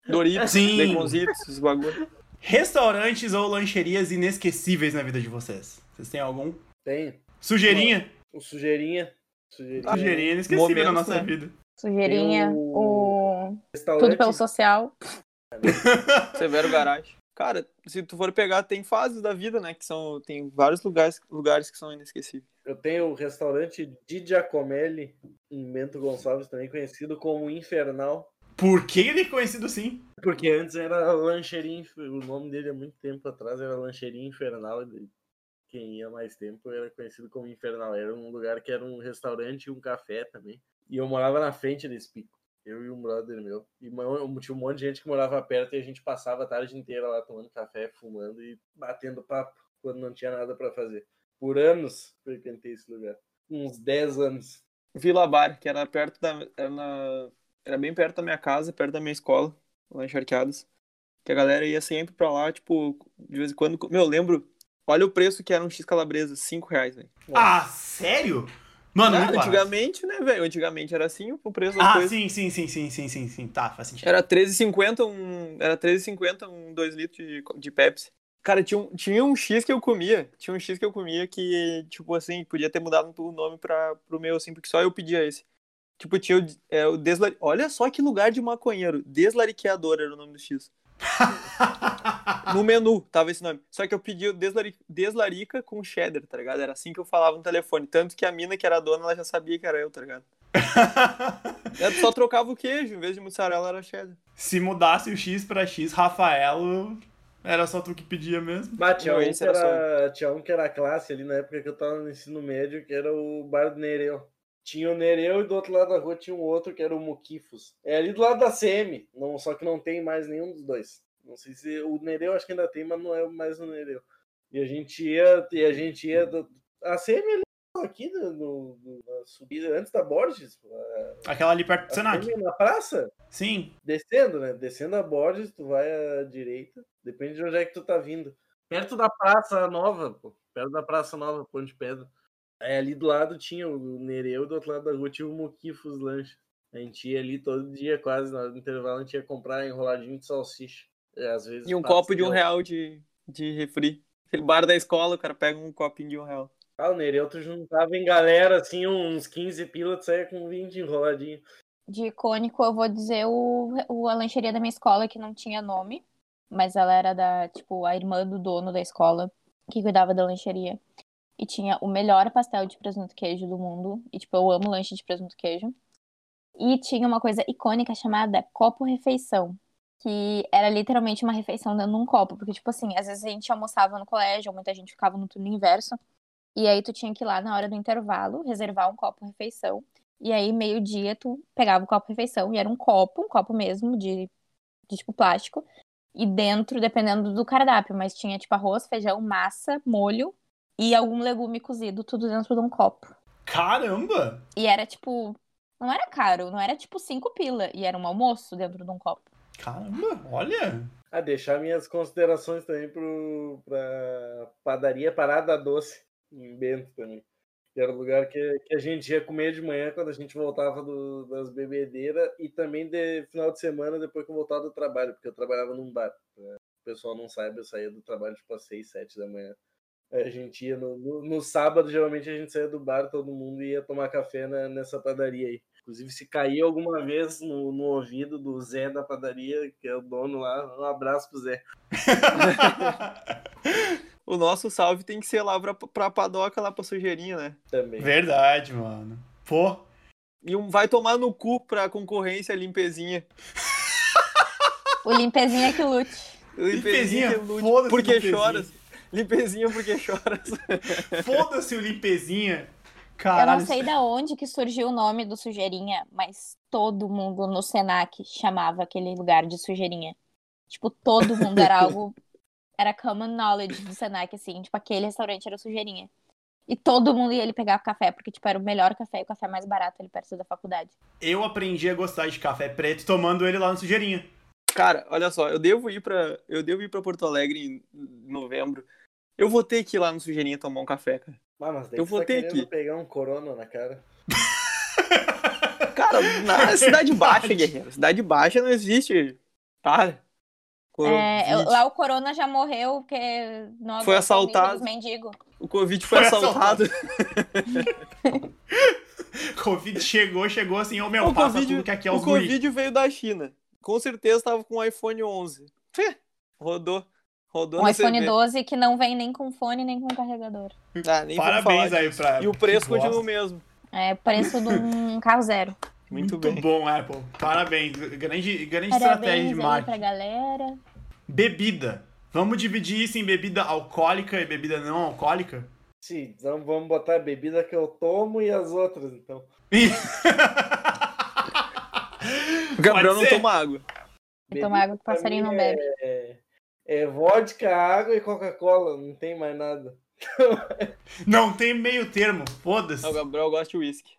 Speaker 2: Doritos,
Speaker 1: Sim.
Speaker 2: baconzitos, esses bagulho.
Speaker 1: Restaurantes ou lancherias inesquecíveis na vida de vocês? Vocês têm algum?
Speaker 3: Tem.
Speaker 1: Sugeirinha?
Speaker 3: O sujeirinha. Sujeirinha.
Speaker 1: Sujeirinha inesquecível na
Speaker 2: momentos,
Speaker 1: nossa
Speaker 2: é, né?
Speaker 1: vida.
Speaker 4: Sujeirinha,
Speaker 3: Eu-
Speaker 4: o...
Speaker 3: Restaurante.
Speaker 4: Tudo pelo social.
Speaker 2: Severo Garage. Cara, se tu for pegar, tem fases da vida, né? Que são. Tem vários lugares, lugares que são inesquecíveis.
Speaker 3: Eu tenho o restaurante Di Giacomelli, em Bento Gonçalves, também conhecido como Infernal.
Speaker 1: Por que ele é conhecido assim?
Speaker 3: Porque antes era Lancheria Inf- O nome dele há muito tempo atrás era Lancheria Infernal. e daí Quem ia mais tempo era conhecido como Infernal. Era um lugar que era um restaurante e um café também. E eu morava na frente desse pico. Eu e um brother meu. E mo- tinha um monte de gente que morava perto e a gente passava a tarde inteira lá tomando café, fumando e batendo papo quando não tinha nada pra fazer. Por anos frequentei esse lugar. Uns 10 anos.
Speaker 2: Vila Bar, que era perto da. Era, na- era bem perto da minha casa, perto da minha escola, lá em Charqueadas. Que a galera ia sempre pra lá, tipo, de vez em quando. Meu, eu lembro. Olha o preço que era um X calabresa, 5 reais, velho.
Speaker 1: Ah, sério? Mano,
Speaker 2: Ah,
Speaker 1: muito barato.
Speaker 2: antigamente, né, velho? Antigamente era assim o preço da
Speaker 1: Ah,
Speaker 2: coisa. É.
Speaker 1: sim, sim, sim, sim, sim, sim, sim. Tá, faz <laughs> sentido.
Speaker 2: Era 13,50 um. Era 13,50 um 2 litros de, co- de Pepsi. Cara, tinha um, tinha um X que eu comia. Tinha um X que eu comia que, tipo assim, podia ter mudado o nome pra, pro meu, assim, porque só eu pedia esse. Tipo, tinha o, é, o desla... Olha só que lugar de maconheiro. Deslariqueador era o nome do X. No menu tava esse nome. Só que eu pedi o deslari... deslarica com cheddar, tá ligado? Era assim que eu falava no telefone. Tanto que a mina que era a dona, ela já sabia que era eu, tá ligado? Ela só trocava o queijo, em vez de mussarela era cheddar.
Speaker 1: Se mudasse o X pra X, Rafaelo Era só tu que pedia mesmo.
Speaker 3: Mas tinha,
Speaker 2: Não,
Speaker 3: um
Speaker 2: esse
Speaker 3: que
Speaker 2: era
Speaker 3: era, tinha um que era classe ali na época que eu tava no ensino médio, que era o bar do Nereu. Tinha o Nereu e do outro lado da rua tinha um outro que era o Muquifos. É ali do lado da CM, não, só que não tem mais nenhum dos dois. Não sei se o Nereu acho que ainda tem, mas não é mais o Nereu. E a gente ia, e a gente ia do- a CM ali aqui no, no- no- na subida antes da Borges, a-
Speaker 1: Aquela ali
Speaker 2: É
Speaker 1: perto do
Speaker 3: a
Speaker 1: Senac.
Speaker 3: CM na praça.
Speaker 1: Sim.
Speaker 3: Descendo, né? Descendo a Borges, tu vai à direita. Depende de onde é que tu tá vindo. Perto da Praça Nova, pô. Perto da Praça Nova, Ponte de Pedra. Aí ali do lado tinha o Nereu, do outro lado da rua tinha o Moquifos Lanche. A gente ia ali todo dia, quase, na hora do intervalo, a gente ia comprar enroladinho de salsicha. E, às vezes,
Speaker 1: Tá,
Speaker 3: né?
Speaker 2: E um
Speaker 3: pastel.
Speaker 2: copo de um real de, de refri. Aquele bar da escola, o cara pega um copinho de um real.
Speaker 3: Ah, o Nereu, tu juntava em galera, assim, uns 15 pila, tu saia com 20 enroladinho.
Speaker 4: De icônico, eu vou dizer o, o, a lancheria da minha escola, que não tinha nome, mas ela era da, tipo, a irmã do dono da escola, que cuidava da lancheria. E tinha o melhor pastel de presunto queijo do mundo. E, tipo, eu amo lanche de presunto queijo. E tinha uma coisa icônica chamada copo refeição. Que era literalmente uma refeição dentro de um copo. Porque, tipo assim, às vezes a gente almoçava no colégio, ou muita gente ficava no turno inverso. E aí tu tinha que ir lá na hora do intervalo, reservar um copo refeição. E aí, meio-dia, tu pegava o copo refeição e era um copo, um copo mesmo, de, de tipo plástico. E dentro, dependendo do cardápio, mas tinha tipo arroz, feijão, massa, molho e algum legume cozido, tudo dentro de um copo.
Speaker 1: Caramba!
Speaker 4: E era tipo. Não era caro, não era tipo cinco pila. E era um almoço dentro de um copo.
Speaker 1: Caramba,
Speaker 2: <laughs>
Speaker 1: olha!
Speaker 3: Ah, deixar minhas considerações também pro, pra padaria Parada Doce, em Bento também. Que era o lugar que, que a gente ia comer de manhã quando a gente voltava do- das bebedeiras e também de final de semana depois que eu voltava do trabalho, porque eu trabalhava num bar. né? O pessoal não sabe, eu saía do trabalho tipo às 6, 7 da manhã. Aí A gente ia no, no- no sábado, geralmente a gente saía do bar, todo mundo ia tomar café na- nessa padaria aí. Inclusive, se cair alguma vez no, no ouvido do Zé da padaria, que é o dono lá, um abraço pro Zé.
Speaker 2: O nosso salve tem que ser lá pra, pra padoca, lá pra sujeirinha, né?
Speaker 3: Também.
Speaker 1: Verdade, mano. Pô,
Speaker 2: E um vai tomar no cu pra concorrência limpezinha.
Speaker 4: O limpezinha que lute.
Speaker 1: Limpezinha,
Speaker 2: que lute.
Speaker 1: foda-se
Speaker 2: Porque
Speaker 1: Limpezinha.
Speaker 2: choras. Limpezinha, porque choras. <laughs>
Speaker 1: foda-se o limpezinha.
Speaker 4: Eu
Speaker 1: Caralho.
Speaker 4: não sei da onde que surgiu o nome do sujeirinha, mas todo mundo no Senac chamava aquele lugar de sujeirinha. Tipo, todo mundo
Speaker 1: <laughs>
Speaker 4: era algo. Era common knowledge do Senac, assim. Tipo, aquele restaurante era sujeirinha. E todo mundo ia ali pegar café, porque, tipo, era o melhor café e o café mais barato ali perto da faculdade.
Speaker 1: Eu aprendi a gostar de café preto tomando ele lá no sujeirinha.
Speaker 2: Cara, olha só, eu devo ir pra eu devo ir para Porto Alegre em novembro. Eu vou ter que ir lá no Sujeirinha tomar um café, cara.
Speaker 3: Ah, mas daí
Speaker 2: Eu
Speaker 3: tu
Speaker 2: vou
Speaker 3: tá
Speaker 2: ter
Speaker 3: querendo
Speaker 2: que-
Speaker 3: pegar um corona na cara.
Speaker 2: Cara,
Speaker 1: <laughs>
Speaker 2: na cidade baixa,
Speaker 1: Verdade.
Speaker 2: guerreiro. Cidade baixa não existe. tá? Para. Coro-
Speaker 4: É, eu-
Speaker 2: Covid.
Speaker 4: lá o Corona já morreu, porque
Speaker 2: Foi
Speaker 4: não aguentou a vida
Speaker 2: assaltado.
Speaker 4: dos mendigos.
Speaker 2: O Covid foi
Speaker 1: Foi
Speaker 2: assaltado.
Speaker 1: Covid chegou, chegou assim, ô meu,
Speaker 2: O
Speaker 1: passa
Speaker 2: Covid-
Speaker 1: tudo que aqui é
Speaker 2: <laughs> o
Speaker 1: os guri.
Speaker 2: Covid veio da China. Com certeza tava com o iPhone 11. Fê, rodou. Rodou
Speaker 4: Um
Speaker 2: na
Speaker 4: iPhone
Speaker 2: CB.
Speaker 4: 12 que não vem nem com fone, nem com carregador.
Speaker 2: Ah, nem vou
Speaker 1: Parabéns
Speaker 2: falar.
Speaker 1: aí pra.
Speaker 2: E o preço
Speaker 1: que bosta.
Speaker 2: continua o mesmo.
Speaker 4: É, preço de
Speaker 1: <laughs>
Speaker 4: um carro zero.
Speaker 2: Muito, bem.
Speaker 1: bom, Apple. Parabéns. Grande, grande estratégia de
Speaker 4: Parabéns aí pra
Speaker 1: marketing.
Speaker 4: galera.
Speaker 1: Bebida. Vamos dividir isso em bebida alcoólica e bebida não alcoólica? <laughs>
Speaker 3: Sim, então vamos botar a bebida que eu tomo e as outras, então.
Speaker 1: Ih.
Speaker 2: O Gabriel
Speaker 1: Pode
Speaker 2: não
Speaker 1: ser?
Speaker 2: toma água.
Speaker 4: E tomar água que o
Speaker 3: pra
Speaker 4: passarinho
Speaker 3: mim
Speaker 4: não bebe.
Speaker 3: É, é vodka, água e Coca-Cola, não tem mais nada.
Speaker 1: Não tem meio termo, foda-se.
Speaker 2: Não, o Gabriel gosta de uísque.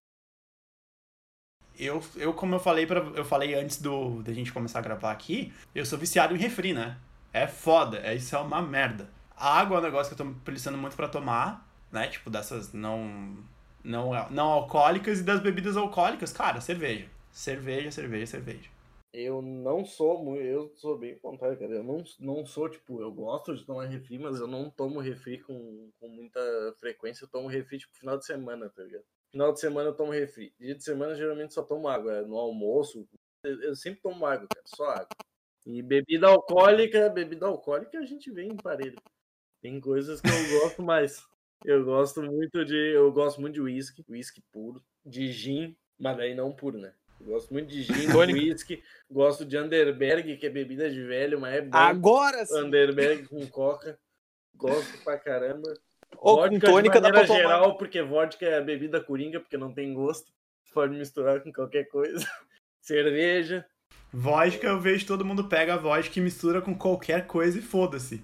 Speaker 1: Eu, eu, como eu falei para eu falei antes do da gente começar a gravar aqui, eu sou viciado em refri, né? É foda, é isso é uma merda. A água é um negócio que eu tô precisando muito pra tomar, né? Tipo dessas não não não alcoólicas e das bebidas alcoólicas, cara, cerveja. Cerveja, cerveja, cerveja.
Speaker 3: Eu não sou muito, eu sou bem contrário, cara. Eu não, não sou, tipo, eu gosto de tomar refri, mas eu não tomo refri com, com muita frequência. Eu tomo refri, tipo, final de semana, tá ligado? Final de semana eu tomo refri. Dia de semana, geralmente, só tomo água. No almoço, eu, eu sempre tomo água, cara, só água. E bebida alcoólica, bebida alcoólica a gente vem em parelho. Tem coisas que eu gosto mais. Eu gosto muito de, eu gosto muito de whisky, whisky puro, de gin, mas daí não puro, né? Gosto muito de gin,
Speaker 2: Tônico.
Speaker 3: whisky. Gosto de Underberg, que é bebida de velho, mas é bom.
Speaker 2: Agora sim!
Speaker 3: Underberg com coca. Gosto pra caramba.
Speaker 2: Ou com
Speaker 3: vodka
Speaker 2: tônica
Speaker 3: de
Speaker 2: dá pra
Speaker 3: maneira
Speaker 2: tomar.
Speaker 3: geral, porque vodka é bebida coringa, porque não tem gosto. Pode misturar com qualquer coisa. <laughs> Cerveja.
Speaker 1: Vodka, eu vejo todo mundo pega a vodka e mistura com qualquer coisa e foda-se.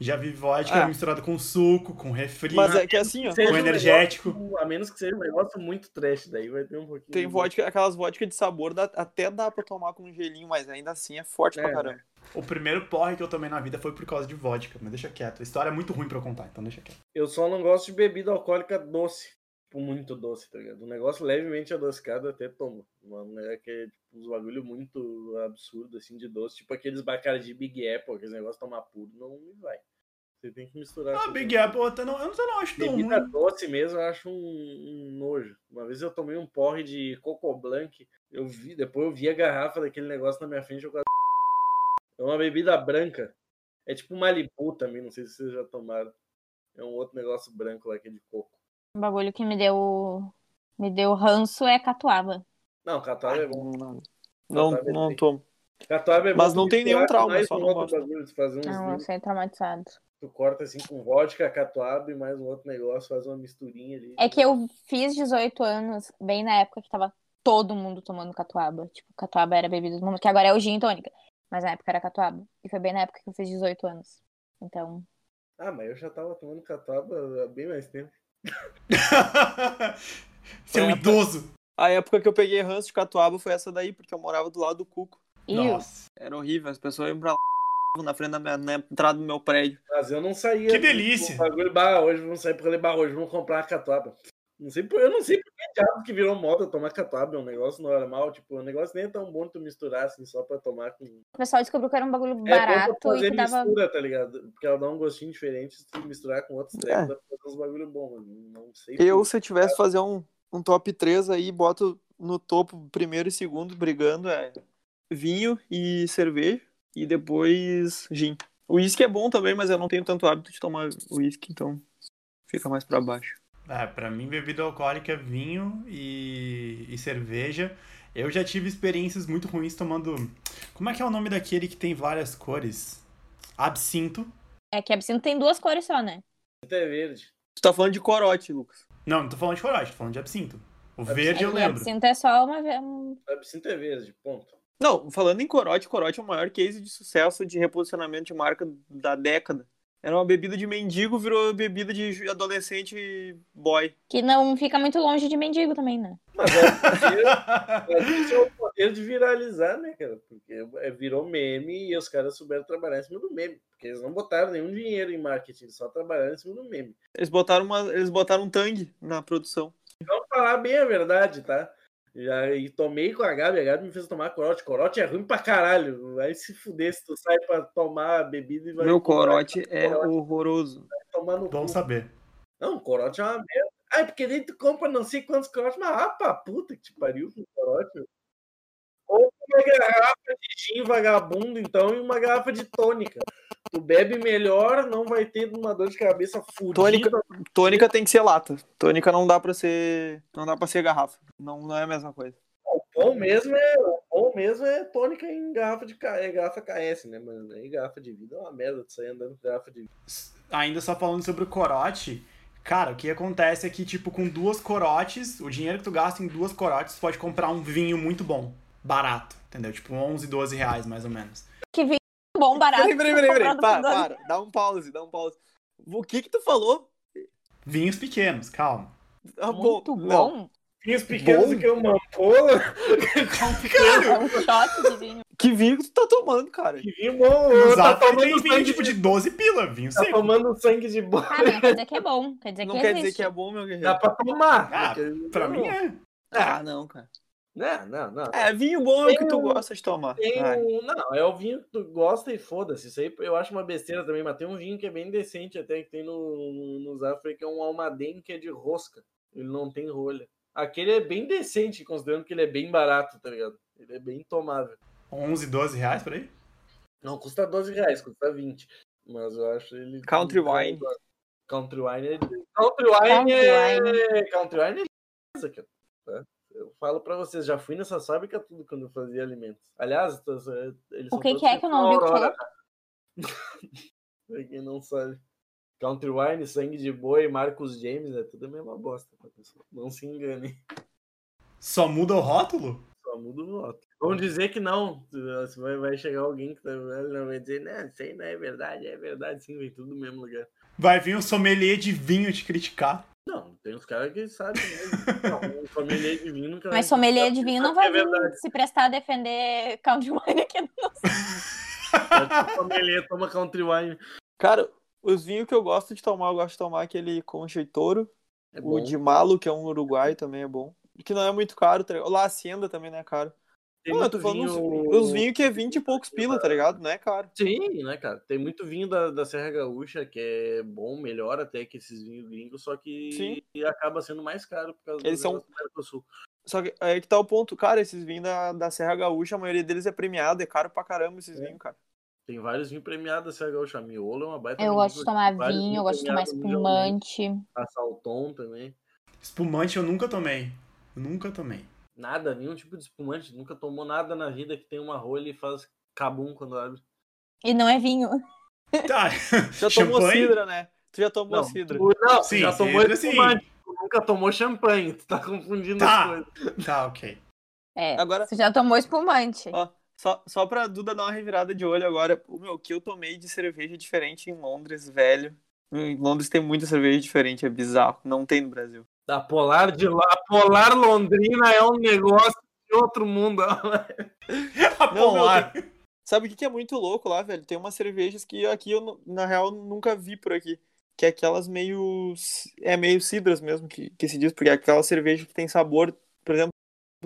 Speaker 1: Já vi vodka
Speaker 2: Ah.
Speaker 1: misturada com suco, com refri, né?
Speaker 2: Mas é que assim, ó.
Speaker 3: Seja um
Speaker 1: energético.
Speaker 3: negócio- a menos que seja um negócio muito trash, daí vai ter um pouquinho.
Speaker 2: Tem
Speaker 3: de-
Speaker 2: vodka, aquelas vodka de sabor, dá- até dá pra tomar com um gelinho, mas ainda assim é forte
Speaker 3: É.
Speaker 2: pra caramba.
Speaker 1: O primeiro porre que eu tomei na vida foi por causa de vodka, mas deixa quieto. A história é muito ruim pra eu contar, então deixa quieto.
Speaker 3: Eu só não gosto de bebida alcoólica doce. Tipo, muito doce, tá ligado? Um negócio levemente adocicado eu até tomo. Mano, é que é, tipo, uns bagulho muito absurdo, assim, de doce. Tipo aqueles Bacardi Big Apple, aqueles negócios tomar puro, não me vai. Você tem que misturar.
Speaker 1: Ah,
Speaker 3: com-
Speaker 1: Big Apple, eu até não, eu não acho tão
Speaker 3: Bebida <laughs>
Speaker 1: ruim.
Speaker 3: doce mesmo, eu acho um, um nojo. Uma vez eu tomei um porre de Coco Blanc, eu vi, depois eu vi a garrafa daquele negócio na minha frente, eu quase... É uma bebida branca. É tipo Malibu também, não sei se vocês já tomaram. É um outro negócio branco lá, aquele de coco.
Speaker 4: Um bagulho que me deu. Me deu ranço é catuaba.
Speaker 3: Não, catuaba é bom.
Speaker 2: Ah, Não,
Speaker 3: Não,
Speaker 2: não,
Speaker 3: tá bem.
Speaker 2: não tomo.
Speaker 3: Catuaba é bom
Speaker 2: Mas
Speaker 3: tu
Speaker 2: não tem
Speaker 3: misturar
Speaker 2: nenhum trauma,
Speaker 3: mais
Speaker 2: só
Speaker 3: um
Speaker 2: não
Speaker 3: outro
Speaker 2: gosto.
Speaker 3: bagulho, tu faz uns
Speaker 4: Não, eu
Speaker 3: mix,
Speaker 4: saí traumatizado.
Speaker 3: tu corta assim com vodka, catuaba e mais um outro negócio, faz uma misturinha ali.
Speaker 4: É que eu fiz 18 anos, bem na época que tava todo mundo tomando catuaba. Tipo, catuaba era a bebida do mundo, que agora é o gin e tônica. Mas na época era catuaba. E foi bem na época que eu fiz 18 anos. Então,
Speaker 3: Ah, mas eu já tava tomando catuaba há bem mais tempo.
Speaker 1: Seu
Speaker 2: É,
Speaker 1: idoso.
Speaker 2: A época que eu peguei ranço de catuaba foi essa daí, porque eu morava do lado do cuco.
Speaker 4: e
Speaker 1: Nossa.
Speaker 2: Era horrível, as pessoas iam pra lá, <laughs> na frente da minha, na entrada do meu prédio.
Speaker 3: Mas eu não saía.
Speaker 1: Que delícia.
Speaker 3: O bagulho, bah, hoje vamos sair pra levar, hoje vamos comprar uma catuaba. Não sei, por- eu não sei por que diabo que virou moda tomar catuaba, é um negócio normal, tipo, o negócio nem é tão bom tu misturar assim só pra tomar com...
Speaker 4: o pessoal descobriu que era um bagulho
Speaker 3: É bom pra
Speaker 4: barato e
Speaker 3: fazer
Speaker 4: que dava.
Speaker 3: mistura, tá ligado? Porque ela dá um gostinho diferente se tu misturar com outros trechos, dá pra fazer uns bagulho bom, mas não sei.
Speaker 2: Eu, se eu tivesse que fazer um, um top 3 aí, boto no topo primeiro e segundo, brigando, é vinho e cerveja, e depois gin. Uísque é bom também, mas eu não tenho tanto hábito de tomar uísque, então fica mais pra baixo.
Speaker 1: É, pra mim, bebida alcoólica, é vinho e, e cerveja. Eu já tive experiências muito ruins tomando. Como é que é o nome daquele que tem várias cores? Absinto.
Speaker 4: É que absinto tem duas cores só, né?
Speaker 3: Até é verde.
Speaker 2: Tu tá falando de corote, Lucas.
Speaker 1: Não, não tô falando de coragem, tô falando de absinto. O verde eu
Speaker 4: E
Speaker 1: lembro.
Speaker 4: absinto é só uma. ve- um-
Speaker 3: Absinto é verde, ponto.
Speaker 2: Não, falando em corote, corote é o maior case de sucesso de reposicionamento de marca da década. Era uma bebida de mendigo, virou bebida de ju- adolescente boy.
Speaker 4: Que não fica muito longe de mendigo também, né?
Speaker 3: Mas é o poder, mas isso é o poder de viralizar, né, cara? Porque é- virou meme e os caras souberam trabalhar em cima do meme. Porque eles não botaram nenhum dinheiro em marketing, eles só trabalharam em cima do meme.
Speaker 2: Eles botaram, uma, eles botaram um tangue na produção.
Speaker 3: Vamos falar bem a verdade, tá? Já, e tomei com a Gabi, a Gabi me fez tomar corote. Corote é ruim pra caralho. Vai se fuder se tu sai pra tomar a bebida e vai
Speaker 2: Meu corote é horroroso.
Speaker 3: tomar no
Speaker 1: <laughs> Bom
Speaker 3: cu.
Speaker 1: saber.
Speaker 3: Não, corote é uma merda. Ah, é porque daí tu compra não sei quantos corotes, mas ah, pra puta que te pariu com corote. Ou uma garrafa de gin vagabundo, então, e uma garrafa de tônica. Tu bebe melhor, não vai ter uma dor de cabeça fudida.
Speaker 2: Tônica- Tônica tem que ser lata. Tônica não dá pra ser. Não dá para ser garrafa. Não, não é a mesma coisa.
Speaker 3: O bom mesmo é, o bom mesmo é tônica em garrafa de K- é garrafa KS, né, mano? Aí garrafa de vida é uma merda de sair andando com garrafa de vida.
Speaker 1: S- Ainda só falando sobre o corote, cara, o que acontece é que, tipo, com duas corotes, o dinheiro que tu gasta em duas corotes, tu pode comprar um vinho muito bom, barato, entendeu? Tipo, 11, 12 reais, mais ou menos.
Speaker 4: Que vinho bom, barato.
Speaker 2: Peraí, peraí,
Speaker 4: <laughs>
Speaker 2: peraí, peraí. Para,
Speaker 4: comprado por dois-
Speaker 2: para. Dá um pause, dá um pause. O que que tu falou?
Speaker 1: Vinhos pequenos, calma.
Speaker 2: Ah,
Speaker 4: Muito
Speaker 2: não.
Speaker 4: bom.
Speaker 3: Vinhos pequenos
Speaker 2: Bom?
Speaker 3: que eu mampola,
Speaker 4: É um shot de vinho.
Speaker 2: Que vinho que tu tá tomando, cara?
Speaker 3: que vinho bom,
Speaker 1: No
Speaker 3: tá
Speaker 1: Zafra tem
Speaker 3: tomando
Speaker 1: vinho,
Speaker 3: sangue
Speaker 1: tipo,
Speaker 3: de
Speaker 1: de 12 pila, vinho
Speaker 3: tá
Speaker 1: seco.
Speaker 3: tomando sangue de boi.
Speaker 4: Ah, mas quer dizer que é bom. Quer dizer
Speaker 2: Não
Speaker 4: que
Speaker 2: quer
Speaker 4: existe.
Speaker 2: dizer que é bom, meu guerreiro.
Speaker 3: Dá pra tomar.
Speaker 1: Ah, Pra mim é.
Speaker 2: Ah, não, cara.
Speaker 3: Não, né, não, não.
Speaker 2: É, vinho bom é o que tu gosta de tomar.
Speaker 3: Tem
Speaker 2: Vai.
Speaker 3: um- Não, é o vinho que tu gosta e foda-se. Isso aí eu acho uma besteira também, mas tem um vinho que é bem decente até que tem no, no Zafra, que é um Almaden que é de rosca. Ele não tem rolha. Aquele é bem decente, considerando que ele é bem barato, tá ligado? Ele é bem tomável.
Speaker 1: 11, 12 reais por aí?
Speaker 3: Não custa 12 reais, custa 20. Mas eu acho ele.
Speaker 2: Country wine.
Speaker 3: Country wine é. Country wine é. Country wine é. beleza, cara, tá? Eu falo pra vocês, já fui nessa fábrica tudo quando eu fazia alimentos. Aliás, tô- eles
Speaker 4: O
Speaker 3: são
Speaker 4: que
Speaker 3: todos
Speaker 4: que é que eu não
Speaker 3: na
Speaker 4: ouvi o que é? tu
Speaker 3: Aurora. <laughs> pra quem não sabe. Country Wine, Sangue de Boi, Marcos James, é tudo a mesma bosta, tá, pessoal? Não se engane.
Speaker 1: Só muda o rótulo?
Speaker 3: Só muda o voto. Vão dizer que não. Se Vai, vai chegar alguém que tá velho, não vai dizer, não, isso aí não é verdade, é verdade, sim, vem tudo do mesmo lugar.
Speaker 1: Vai vir um sommelier de vinho te criticar.
Speaker 3: Não, tem uns caras que sabem mesmo.
Speaker 2: <laughs>
Speaker 3: Não, um sommelier de vinho
Speaker 2: né?
Speaker 3: nunca vai-
Speaker 4: Mas sommelier de vinho não vai
Speaker 3: É
Speaker 4: vir
Speaker 3: verdade.
Speaker 4: se prestar a defender country wine aqui. não.
Speaker 3: "Ah, Sommelier toma country wine.
Speaker 2: Cara, os vinhos que eu gosto de tomar, eu gosto de tomar aquele Concheitoro,
Speaker 3: É
Speaker 2: o de Malo, que é um uruguaio também é bom. Que não é muito caro, tá ligado? O La Hacienda também não é caro.
Speaker 3: Tem
Speaker 2: não, eu
Speaker 3: muito
Speaker 2: tô falando
Speaker 3: vinho-
Speaker 2: os, os vinhos que é 20 e poucos pila, tá ligado? Não é caro.
Speaker 3: Sim, né, cara? Tem muito vinho da, da Serra Gaúcha que é bom, melhor até que esses vinhos gringos, só que acaba sendo mais caro por causa
Speaker 2: Eles
Speaker 3: do
Speaker 2: são-
Speaker 3: negócio do Mercosul.
Speaker 2: Só que aí que tá o ponto. Cara, esses vinhos da, da Serra Gaúcha, a maioria deles é premiado, é caro pra caramba esses vinhos, cara.
Speaker 3: Tem vários vinhos premiados da Serra Gaúcha. Miolo é uma baita.
Speaker 4: Eu
Speaker 3: vinho,
Speaker 4: gosto de tomar
Speaker 3: vários
Speaker 4: vinho, eu
Speaker 3: vinhos
Speaker 4: gosto de tomar
Speaker 3: premiados
Speaker 2: né?
Speaker 3: mundialmente.
Speaker 4: espumante.
Speaker 3: A Salton também.
Speaker 1: Espumante eu nunca tomei. Eu nunca tomei.
Speaker 3: Nada, nenhum tipo de espumante. Nunca tomou nada na vida que tem uma rolha e faz cabum quando abre.
Speaker 4: E não é vinho.
Speaker 1: Tá. <laughs>
Speaker 2: Já tomou
Speaker 1: Champanhe?
Speaker 2: cidra, né? Tu já tomou cidra.
Speaker 3: tu- não, tu
Speaker 1: Sim,
Speaker 3: já tomou
Speaker 1: cidra, sim.
Speaker 3: espumante. Tu nunca tomou champanhe. <laughs> Tu tá confundindo
Speaker 1: Tá.
Speaker 3: as coisas.
Speaker 1: Tá, ok.
Speaker 4: É.
Speaker 2: Agora-
Speaker 4: Você já tomou espumante.
Speaker 2: Ó, Só, só pra Duda dar uma revirada de olho agora, o meu, o que eu tomei de cerveja diferente em Londres, velho. Em Londres tem muita cerveja diferente, é bizarro. Não tem no Brasil.
Speaker 3: Da Polar de lá. A Polar Londrina é um negócio de outro mundo. <laughs>
Speaker 1: A
Speaker 2: Não, meu,
Speaker 1: polar.
Speaker 2: Sabe o que que é muito louco lá, velho? Tem umas cervejas que aqui eu, nu- na real, nunca vi por aqui. Que é aquelas meio. ci- É meio cidras mesmo que, que se diz, porque é aquela cerveja que tem sabor, por exemplo,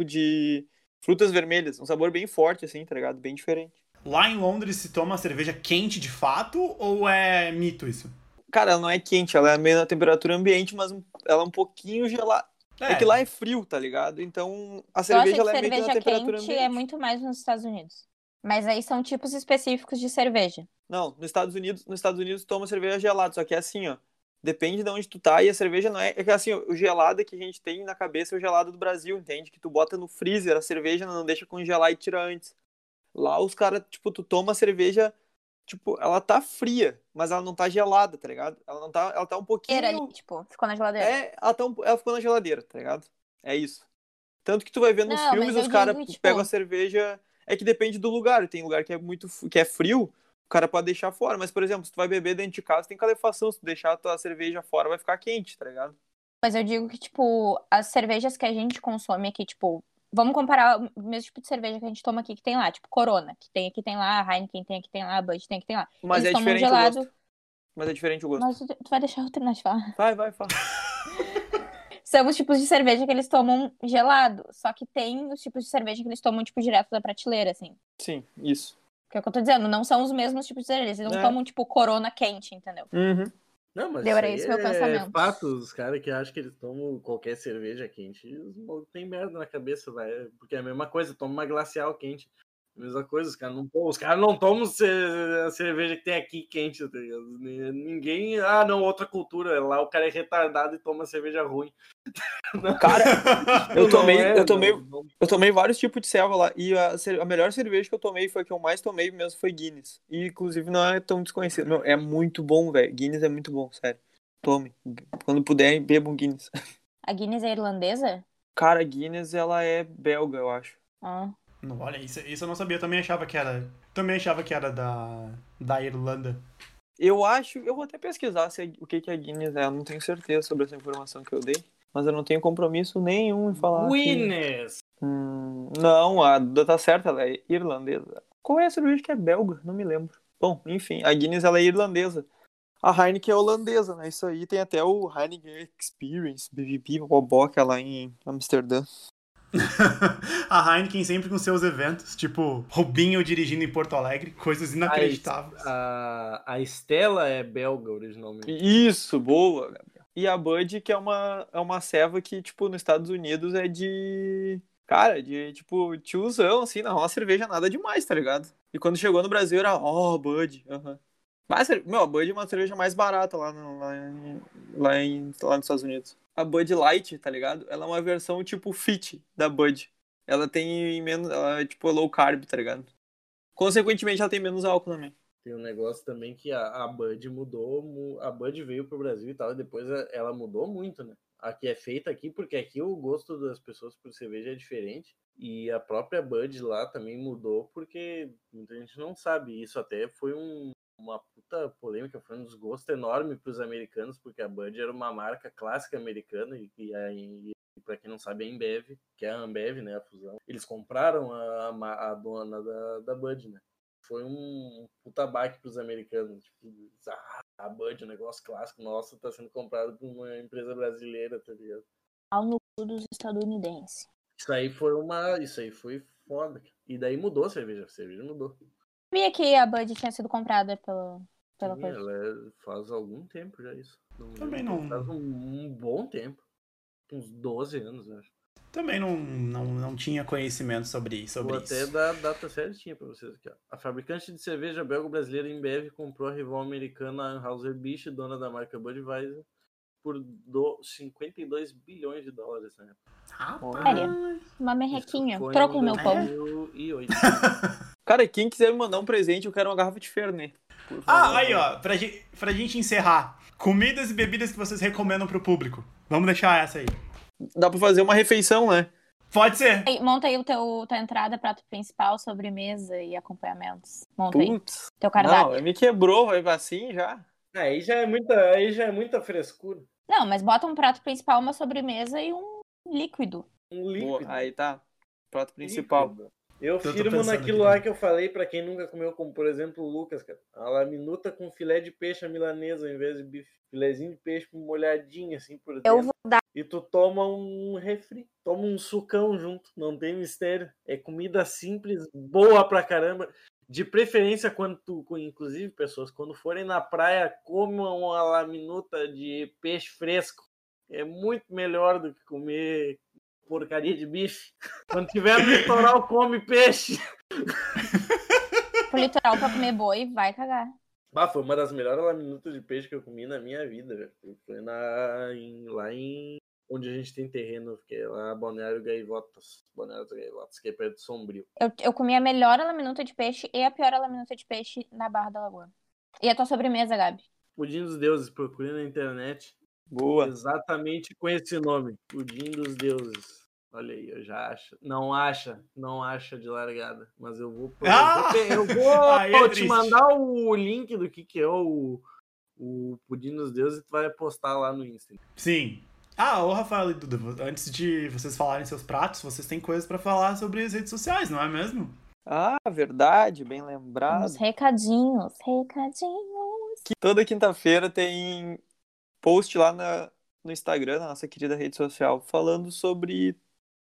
Speaker 2: de frutas vermelhas. Um sabor bem forte, assim, tá ligado? Bem diferente.
Speaker 1: Lá em Londres se toma cerveja quente de fato ou é mito isso?
Speaker 2: Cara, ela não é quente, ela é meio na temperatura ambiente, mas um- ela é um pouquinho gelada. É. que lá
Speaker 1: <laughs>
Speaker 2: é frio, tá ligado? Então a
Speaker 4: Eu acho
Speaker 2: cerveja
Speaker 4: que
Speaker 2: ela é meio que na
Speaker 4: cerveja
Speaker 2: temperatura
Speaker 4: quente
Speaker 2: ambiente.
Speaker 4: é muito mais nos Estados Unidos. Mas aí são tipos específicos de cerveja.
Speaker 2: Não, nos Estados Unidos, nos Estados Unidos toma cerveja gelada, só que é assim, ó. Depende de onde tu tá e a cerveja não é, é que assim, ó, o gelado que a gente tem na cabeça é o gelado do Brasil, entende? Que tu bota no freezer, a cerveja não deixa congelar e tira antes. Lá os caras, tipo, tu toma a cerveja, tipo, ela tá fria, mas ela não tá gelada, tá ligado? Ela não tá, ela tá um pouquinho
Speaker 4: Era ali, tipo, ficou na geladeira.
Speaker 2: É, ela, tá um- ela ficou na geladeira, tá ligado? É isso. Tanto que tu vai ver nos
Speaker 4: Não,
Speaker 2: filmes,
Speaker 4: mas eu
Speaker 2: os caras
Speaker 4: digo, tipo-
Speaker 2: pegam a cerveja. É que depende do lugar. Tem lugar que é muito f- que é frio, o cara pode deixar fora. Mas, por exemplo, se tu vai beber dentro de casa, tem calefação. Se tu deixar a tua cerveja fora, vai ficar quente, tá ligado?
Speaker 4: Mas eu digo que, tipo, as cervejas que a gente consome aqui, tipo, vamos comparar o mesmo tipo de cerveja que a gente toma aqui que tem lá, tipo Corona, que tem aqui tem lá, Heineken tem aqui tem lá, Bud tem aqui tem lá.
Speaker 2: Mas
Speaker 4: Eles
Speaker 2: é
Speaker 4: tomam
Speaker 2: diferente
Speaker 4: gelado.
Speaker 2: o gosto. Mas é diferente o gosto.
Speaker 4: Mas tu tu vai deixar eu terminar de falar.
Speaker 2: Vai, vai, fala.
Speaker 4: <laughs> São os tipos de cerveja que eles tomam gelado, só que tem os tipos de cerveja que eles tomam, tipo, direto da prateleira, assim.
Speaker 2: Sim, isso.
Speaker 4: Que é o que eu tô dizendo, não são os mesmos tipos de cerveja, eles não
Speaker 2: É.
Speaker 4: tomam, tipo, Corona quente, entendeu?
Speaker 2: Uhum.
Speaker 3: Não, mas
Speaker 4: Deu, era
Speaker 3: aí
Speaker 4: esse meu
Speaker 3: é
Speaker 4: pensamento.
Speaker 3: fato, os caras que acham que eles tomam qualquer cerveja quente, eles não- tem merda na cabeça, velho. Porque é a mesma coisa, toma uma glacial quente. Mesma coisa, os caras não, tomam- os caras não tomam ce- a cerveja que tem aqui quente, tá ligado? Ni- Ninguém. Ah, não, outra cultura. Lá o cara é retardado e toma cerveja ruim. <laughs>
Speaker 2: Cara, eu
Speaker 3: Não
Speaker 2: tomei,
Speaker 3: é,
Speaker 2: eu tomei,
Speaker 3: não- não-
Speaker 2: eu tomei vários tipos de selva lá. E a, cer- a melhor cerveja que eu tomei foi a que eu mais tomei mesmo foi Guinness. E inclusive não é tão desconhecido. Meu, é muito bom, velho. Guinness é muito bom, sério. Tome. Quando puder, beba um Guinness. <laughs>
Speaker 4: A Guinness é irlandesa?
Speaker 2: Cara, Guinness ela é belga, eu acho.
Speaker 4: Ah.
Speaker 1: Não, olha, isso, isso eu não sabia. Eu também achava que era. Também achava que era da, da Irlanda.
Speaker 2: Eu acho, eu vou até pesquisar se é- o que que é Guinness é. Eu não tenho certeza sobre essa informação que eu dei, mas eu não tenho compromisso nenhum em falar. que-
Speaker 3: Guinness!
Speaker 2: Hum, não, a Duda tá certa, ela é irlandesa. Qual é a cerveja que é belga? Não me lembro. Bom, enfim, a Guinness ela é irlandesa. A Heineken é holandesa, né? Isso aí tem até o Heineken Experience, BBB, Bobó, que é lá em Amsterdã.
Speaker 1: <laughs> a Heineken sempre com seus eventos, tipo Robinho dirigindo em Porto Alegre,
Speaker 3: Ah,
Speaker 1: coisas inacreditáveis.
Speaker 3: A, a Estela é belga originalmente.
Speaker 2: Isso, boa, Gabriel. E a Bud, que é uma, é uma ceva que, tipo, nos Estados Unidos é de. Cara, de tipo, tiozão, assim, não é uma cerveja nada demais, tá ligado? E quando chegou no Brasil era, ó, Bud. aham. Mas, meu, a Bud é uma cerveja mais barata lá, no- lá, em, lá, em- lá nos Estados Unidos. a Bud Light, tá ligado? Ela é uma versão tipo fit da Bud. Ela tem menos, ela é tipo low carb, tá ligado? Consequentemente, ela tem menos álcool também.
Speaker 3: Tem um negócio também que a, a Bud mudou, mu- a Bud veio pro Brasil e tal, e depois a- ela mudou muito, né? Aqui é feita aqui, porque aqui o gosto das pessoas por cerveja é diferente. E a própria Bud lá também mudou, porque muita gente não sabe. Isso até foi um- uma puta polêmica, foi um desgosto enorme pros americanos, porque a Bud era uma marca clássica americana, e, e, a- e para quem não sabe, a Ambev, que é a Ambev, né, a fusão. Eles compraram a, a ma- a dona da, da Bud, né? foi um puta baque pros americanos. Tipo, ah, a Bud, um negócio clássico, nossa, tá sendo comprado por uma empresa brasileira, tá ligado?
Speaker 6: Ao no cu dos estadunidenses.
Speaker 3: Isso aí foi uma. Isso aí foi foda. cara. E daí mudou a cerveja. A cerveja mudou.
Speaker 4: Sabia que a Bud tinha sido comprada pela, pela
Speaker 3: Sim,
Speaker 4: coisa.
Speaker 3: ela é- faz algum tempo já isso. Não
Speaker 1: Também
Speaker 3: lembro,
Speaker 1: não-
Speaker 3: Faz um, um bom tempo. Uns 12 anos, eu acho.
Speaker 1: Também não, não, não tinha conhecimento sobre, sobre
Speaker 3: Vou
Speaker 1: isso.
Speaker 3: até dar a data certinha pra vocês aqui. ó. A fabricante de cerveja belga-brasileira Embev comprou a rival americana Anheuser Busch, dona da marca Budweiser, por do 52 bilhões de dólares na época.
Speaker 1: Rapaz.
Speaker 4: Uma
Speaker 3: Isso
Speaker 4: merrequinha.
Speaker 3: foi um É.
Speaker 4: Troca o
Speaker 3: em
Speaker 4: meu pão.
Speaker 3: 2008.
Speaker 1: <laughs>
Speaker 2: Cara, quem quiser me mandar um presente, eu quero uma garrafa de né? Fernet. por favor.
Speaker 1: Ah, aí ó, pra gente, pra gente encerrar. Comidas e bebidas que vocês recomendam pro público. Vamos deixar essa aí.
Speaker 2: Dá pra fazer uma refeição, né?
Speaker 1: Pode ser.
Speaker 4: Aí, Monta aí o teu, tua entrada, prato principal, sobremesa e acompanhamentos. Monta aí
Speaker 2: Putz.
Speaker 4: teu
Speaker 2: Não,
Speaker 4: cardápio.
Speaker 2: me quebrou, vai assim já.
Speaker 3: Aí já é muita, aí já é muita frescura.
Speaker 4: Não, mas bota um prato principal, uma sobremesa e um líquido.
Speaker 3: Um
Speaker 2: Boa,
Speaker 3: líquido.
Speaker 2: aí tá. Prato principal.
Speaker 3: líquido. Eu
Speaker 1: Então, tô
Speaker 3: firmo
Speaker 1: pensando
Speaker 3: naquilo
Speaker 1: aqui.
Speaker 3: lá que eu falei pra quem nunca comeu, como por exemplo o Lucas, cara. A laminuta com filé de peixe à milanesa ao invés de bife. Filézinho de peixe molhadinho assim por dentro.
Speaker 5: Eu vou dar
Speaker 3: E tu toma um refri, toma um sucão junto, não tem mistério. É comida simples, boa pra caramba. De preferência, quando tu, com- inclusive, pessoas, quando forem na praia, comam a laminuta de peixe fresco. É muito melhor do que comer porcaria de bife. Quando tiver no litoral, come peixe.
Speaker 4: Pro litoral pra comer boi, vai cagar.
Speaker 3: Ah, foi uma das melhores laminutas de peixe que eu comi na minha vida, velho. Foi na, em- lá em. Onde a gente tem terreno, que é lá Balneário Gaivotas. Balneário dos Gaivotas, que é perto do Sombrio.
Speaker 4: Eu, eu comi a melhor alaminuta de peixe e a pior alaminuta de peixe na Barra da Lagoa. E a tua sobremesa, Gabi?
Speaker 3: Pudim dos Deuses, procure na internet.
Speaker 2: Boa.
Speaker 3: Exatamente com esse nome. Pudim dos Deuses. Olha aí, eu já acho. Não acha, não acha de largada. Mas eu vou. pro-
Speaker 1: Ah!
Speaker 3: Eu vou, pe- eu vou
Speaker 1: <laughs> Aí é
Speaker 3: te
Speaker 1: triste.
Speaker 3: mandar o link do que, que é o, o Pudim dos Deuses e tu vai postar lá no Insta.
Speaker 1: Sim. Ah, ô Rafael e Duda, vo- antes de vocês falarem seus pratos, vocês têm coisas pra falar sobre as redes sociais, não é mesmo?
Speaker 2: Ah, verdade, bem
Speaker 4: Os
Speaker 2: lembrado.
Speaker 4: recadinhos, recadinhos.
Speaker 2: Que toda quinta-feira tem post lá na- no Instagram, na nossa querida rede social, falando sobre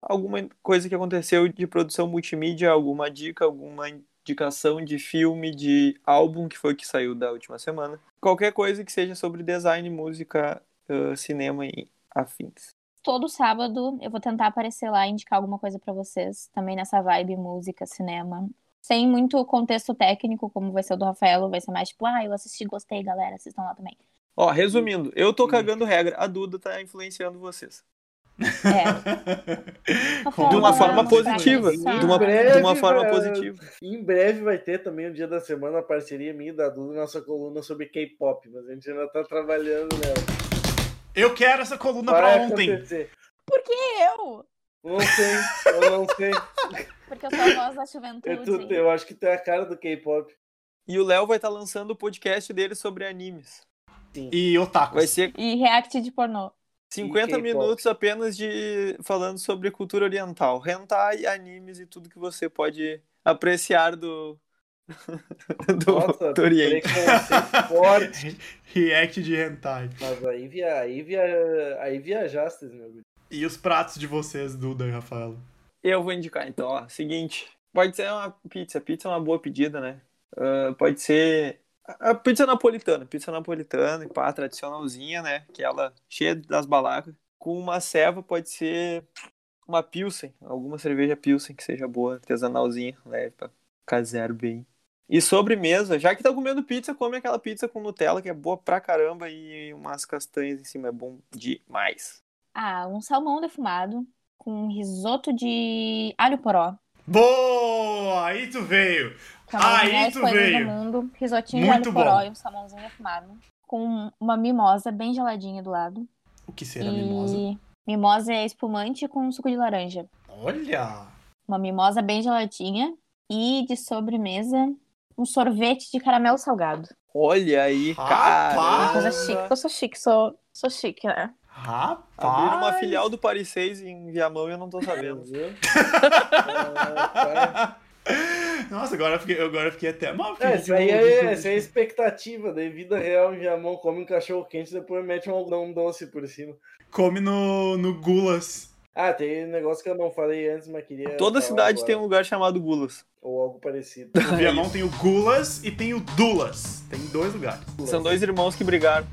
Speaker 2: alguma coisa que aconteceu de produção multimídia, alguma dica, alguma indicação de filme, de álbum que foi que saiu da última semana. Qualquer coisa que seja sobre design, música, eh, cinema e afins.
Speaker 4: Todo sábado eu vou tentar aparecer lá e indicar alguma coisa pra vocês. Também nessa vibe música, cinema. Sem muito contexto técnico, como vai ser o do Rafaelo. Vai ser mais tipo, ah, eu assisti, gostei, galera. Assistam lá também.
Speaker 2: Ó, resumindo, eu tô cagando regra, a Duda tá influenciando vocês.
Speaker 4: É.
Speaker 1: Com
Speaker 4: De
Speaker 2: De uma
Speaker 1: duas
Speaker 2: forma
Speaker 4: Vamos
Speaker 2: positiva.
Speaker 4: pra
Speaker 2: De uma, de uma
Speaker 3: Breve,
Speaker 2: forma
Speaker 3: velho.
Speaker 2: positiva.
Speaker 3: Em breve vai ter também o dia da semana a parceria minha e da Duda, nossa coluna sobre K-pop, mas a gente ainda tá trabalhando nela.
Speaker 1: Eu quero essa coluna
Speaker 3: Vai
Speaker 1: pra ontem.
Speaker 3: acontecer.
Speaker 4: Eu!
Speaker 3: Não sei, eu não
Speaker 1: <laughs>
Speaker 3: sei.
Speaker 4: Porque eu sou a voz da
Speaker 1: É
Speaker 3: Eu, tu-
Speaker 4: juventude.
Speaker 3: eu acho que tem a cara do K-pop.
Speaker 2: E o Léo vai estar lançando o podcast dele sobre animes.
Speaker 1: E otakus.
Speaker 2: Vai ser
Speaker 4: E react de pornô.
Speaker 2: 50
Speaker 3: K-pop.
Speaker 2: minutos apenas de falando sobre cultura oriental, hentai, animes e tudo que você pode apreciar do <laughs> do,
Speaker 3: Nossa,
Speaker 2: do Oriente.
Speaker 3: preconceito forte.
Speaker 1: <laughs> React de hentai.
Speaker 3: Mas aí, via, aí, via, aí viajastes, meu guri.
Speaker 1: E os pratos de vocês, Duda e Rafael.
Speaker 2: Eu vou indicar então, ó, seguinte, pode ser uma pizza, pizza é uma boa pedida, né? Ah, pode ser a a pizza napolitana, pizza napolitana, e pá, tradicionalzinha, né? Aquela cheia das balacas. Com uma ceva pode ser uma pilsen, alguma cerveja pilsen que seja boa, artesanalzinha, leve pra caseiro bem. E sobremesa, já que tá comendo pizza, come aquela pizza com Nutella que é boa pra caramba e umas castanhas em cima, é bom demais.
Speaker 4: Ah, um salmão defumado com um risoto de alho poró.
Speaker 1: Boa! Aí tu veio!
Speaker 4: Que é uma das
Speaker 1: Aí
Speaker 4: melhores
Speaker 1: tu
Speaker 4: coisas do
Speaker 1: Ah, veio.
Speaker 4: mundo. Risotinho,
Speaker 1: Muito
Speaker 4: alho poró
Speaker 1: bom.
Speaker 4: e um salmãozinho defumado. Com uma mimosa bem geladinha do lado.
Speaker 1: O que será
Speaker 4: e
Speaker 1: mimosa?
Speaker 4: mimosa é espumante com suco de laranja.
Speaker 1: Olha!
Speaker 4: Uma mimosa bem geladinha. E de sobremesa, um sorvete de caramelo salgado.
Speaker 2: Olha aí, cara.
Speaker 3: Ah!
Speaker 1: Rapaz!
Speaker 7: Coisa chique. Eu sou chique, sou, sou chique, né?
Speaker 1: Rapaz!
Speaker 2: Abriram uma filial do Paris 6 em Viamão e eu não tô sabendo.
Speaker 3: <laughs> Entendeu? Ah, tá.
Speaker 1: Nossa, agora eu fiquei, agora eu fiquei até mal.
Speaker 3: É, isso aí é, isso aí é expectativa. Daí vida real em Viamão, come um cachorro quente e depois mete um algodão doce por cima.
Speaker 1: Come no, no Gulas.
Speaker 3: Ah, tem negócio que eu não falei antes, mas queria.
Speaker 2: Toda
Speaker 3: falar
Speaker 2: cidade
Speaker 3: É, tá agora,
Speaker 2: tem um lugar chamado Gulas.
Speaker 3: Ou algo parecido.
Speaker 1: No Viamão tem o Gulas e tem o Dulas. Tem dois lugares.
Speaker 2: São dois irmãos que brigaram.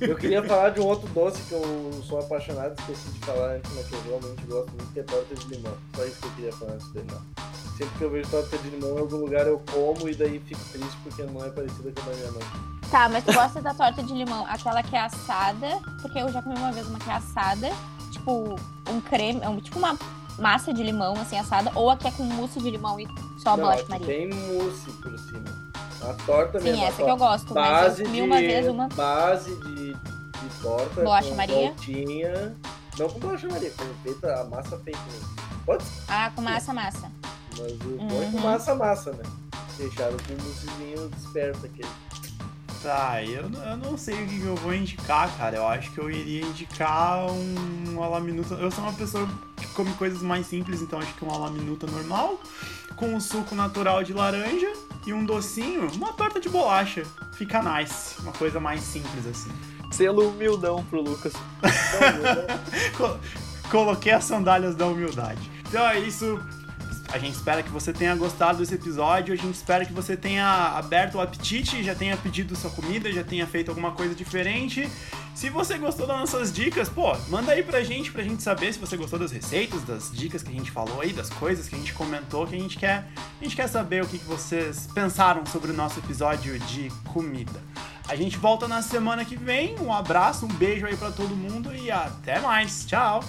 Speaker 3: Eu queria falar de um outro doce que eu sou apaixonado, esqueci de falar antes, mas que eu realmente gosto muito, que é torta de limão. Só isso que eu queria falar antes de terminar. Sempre que eu vejo torta de limão em algum lugar eu como e daí fico triste porque não é parecida com a da minha mãe.
Speaker 4: Tá, mas tu gosta da torta de limão, aquela que é assada, porque eu já comi uma vez uma que é assada, tipo um creme, é um- tipo uma massa de limão assim assada, ou a que é com mousse de limão e só a
Speaker 3: não,
Speaker 4: bolacha
Speaker 3: aqui
Speaker 4: Maria.
Speaker 3: tem mousse por cima. A torta
Speaker 4: Sim,
Speaker 3: mesmo. a
Speaker 4: essa que eu
Speaker 3: torta-
Speaker 4: gosto, mas
Speaker 3: Base
Speaker 4: eu comi
Speaker 3: de,
Speaker 4: uma vez uma.
Speaker 3: Base de, de torta.
Speaker 4: Bolacha
Speaker 3: com
Speaker 4: Maria.
Speaker 3: Voltinha. Não com bolacha Maria, foi feita a massa feita mesmo. Pode ser,
Speaker 4: Ah, com massa, massa.
Speaker 3: mas o bom é com
Speaker 4: Uhum.
Speaker 3: massa massa, né? Deixaram com um moussezinho desperto aqui.
Speaker 1: Tá, eu, n- eu não sei o que que eu vou indicar, cara. Eu acho que eu iria indicar um, um alaminuta. Eu sou uma pessoa que come coisas mais simples, então acho que um alaminuta normal, com um suco natural de laranja e um docinho, uma torta de bolacha. Fica nice. Uma coisa mais simples assim.
Speaker 2: Selo humildão pro Lucas.
Speaker 3: Então,
Speaker 1: Co- Coloquei as sandálias da humildade. Então é isso. A gente espera que você tenha gostado desse episódio. A gente espera que você tenha aberto o apetite, já tenha pedido sua comida, já tenha feito alguma coisa diferente. Se você gostou das nossas dicas, pô, manda aí pra gente, pra gente saber se você gostou das receitas, das dicas que a gente falou aí, das coisas que a gente comentou, que a gente quer, a gente quer saber o que que vocês pensaram sobre o nosso episódio de comida. A gente volta na semana que vem. Um abraço, um beijo aí pra todo mundo e até mais. Tchau.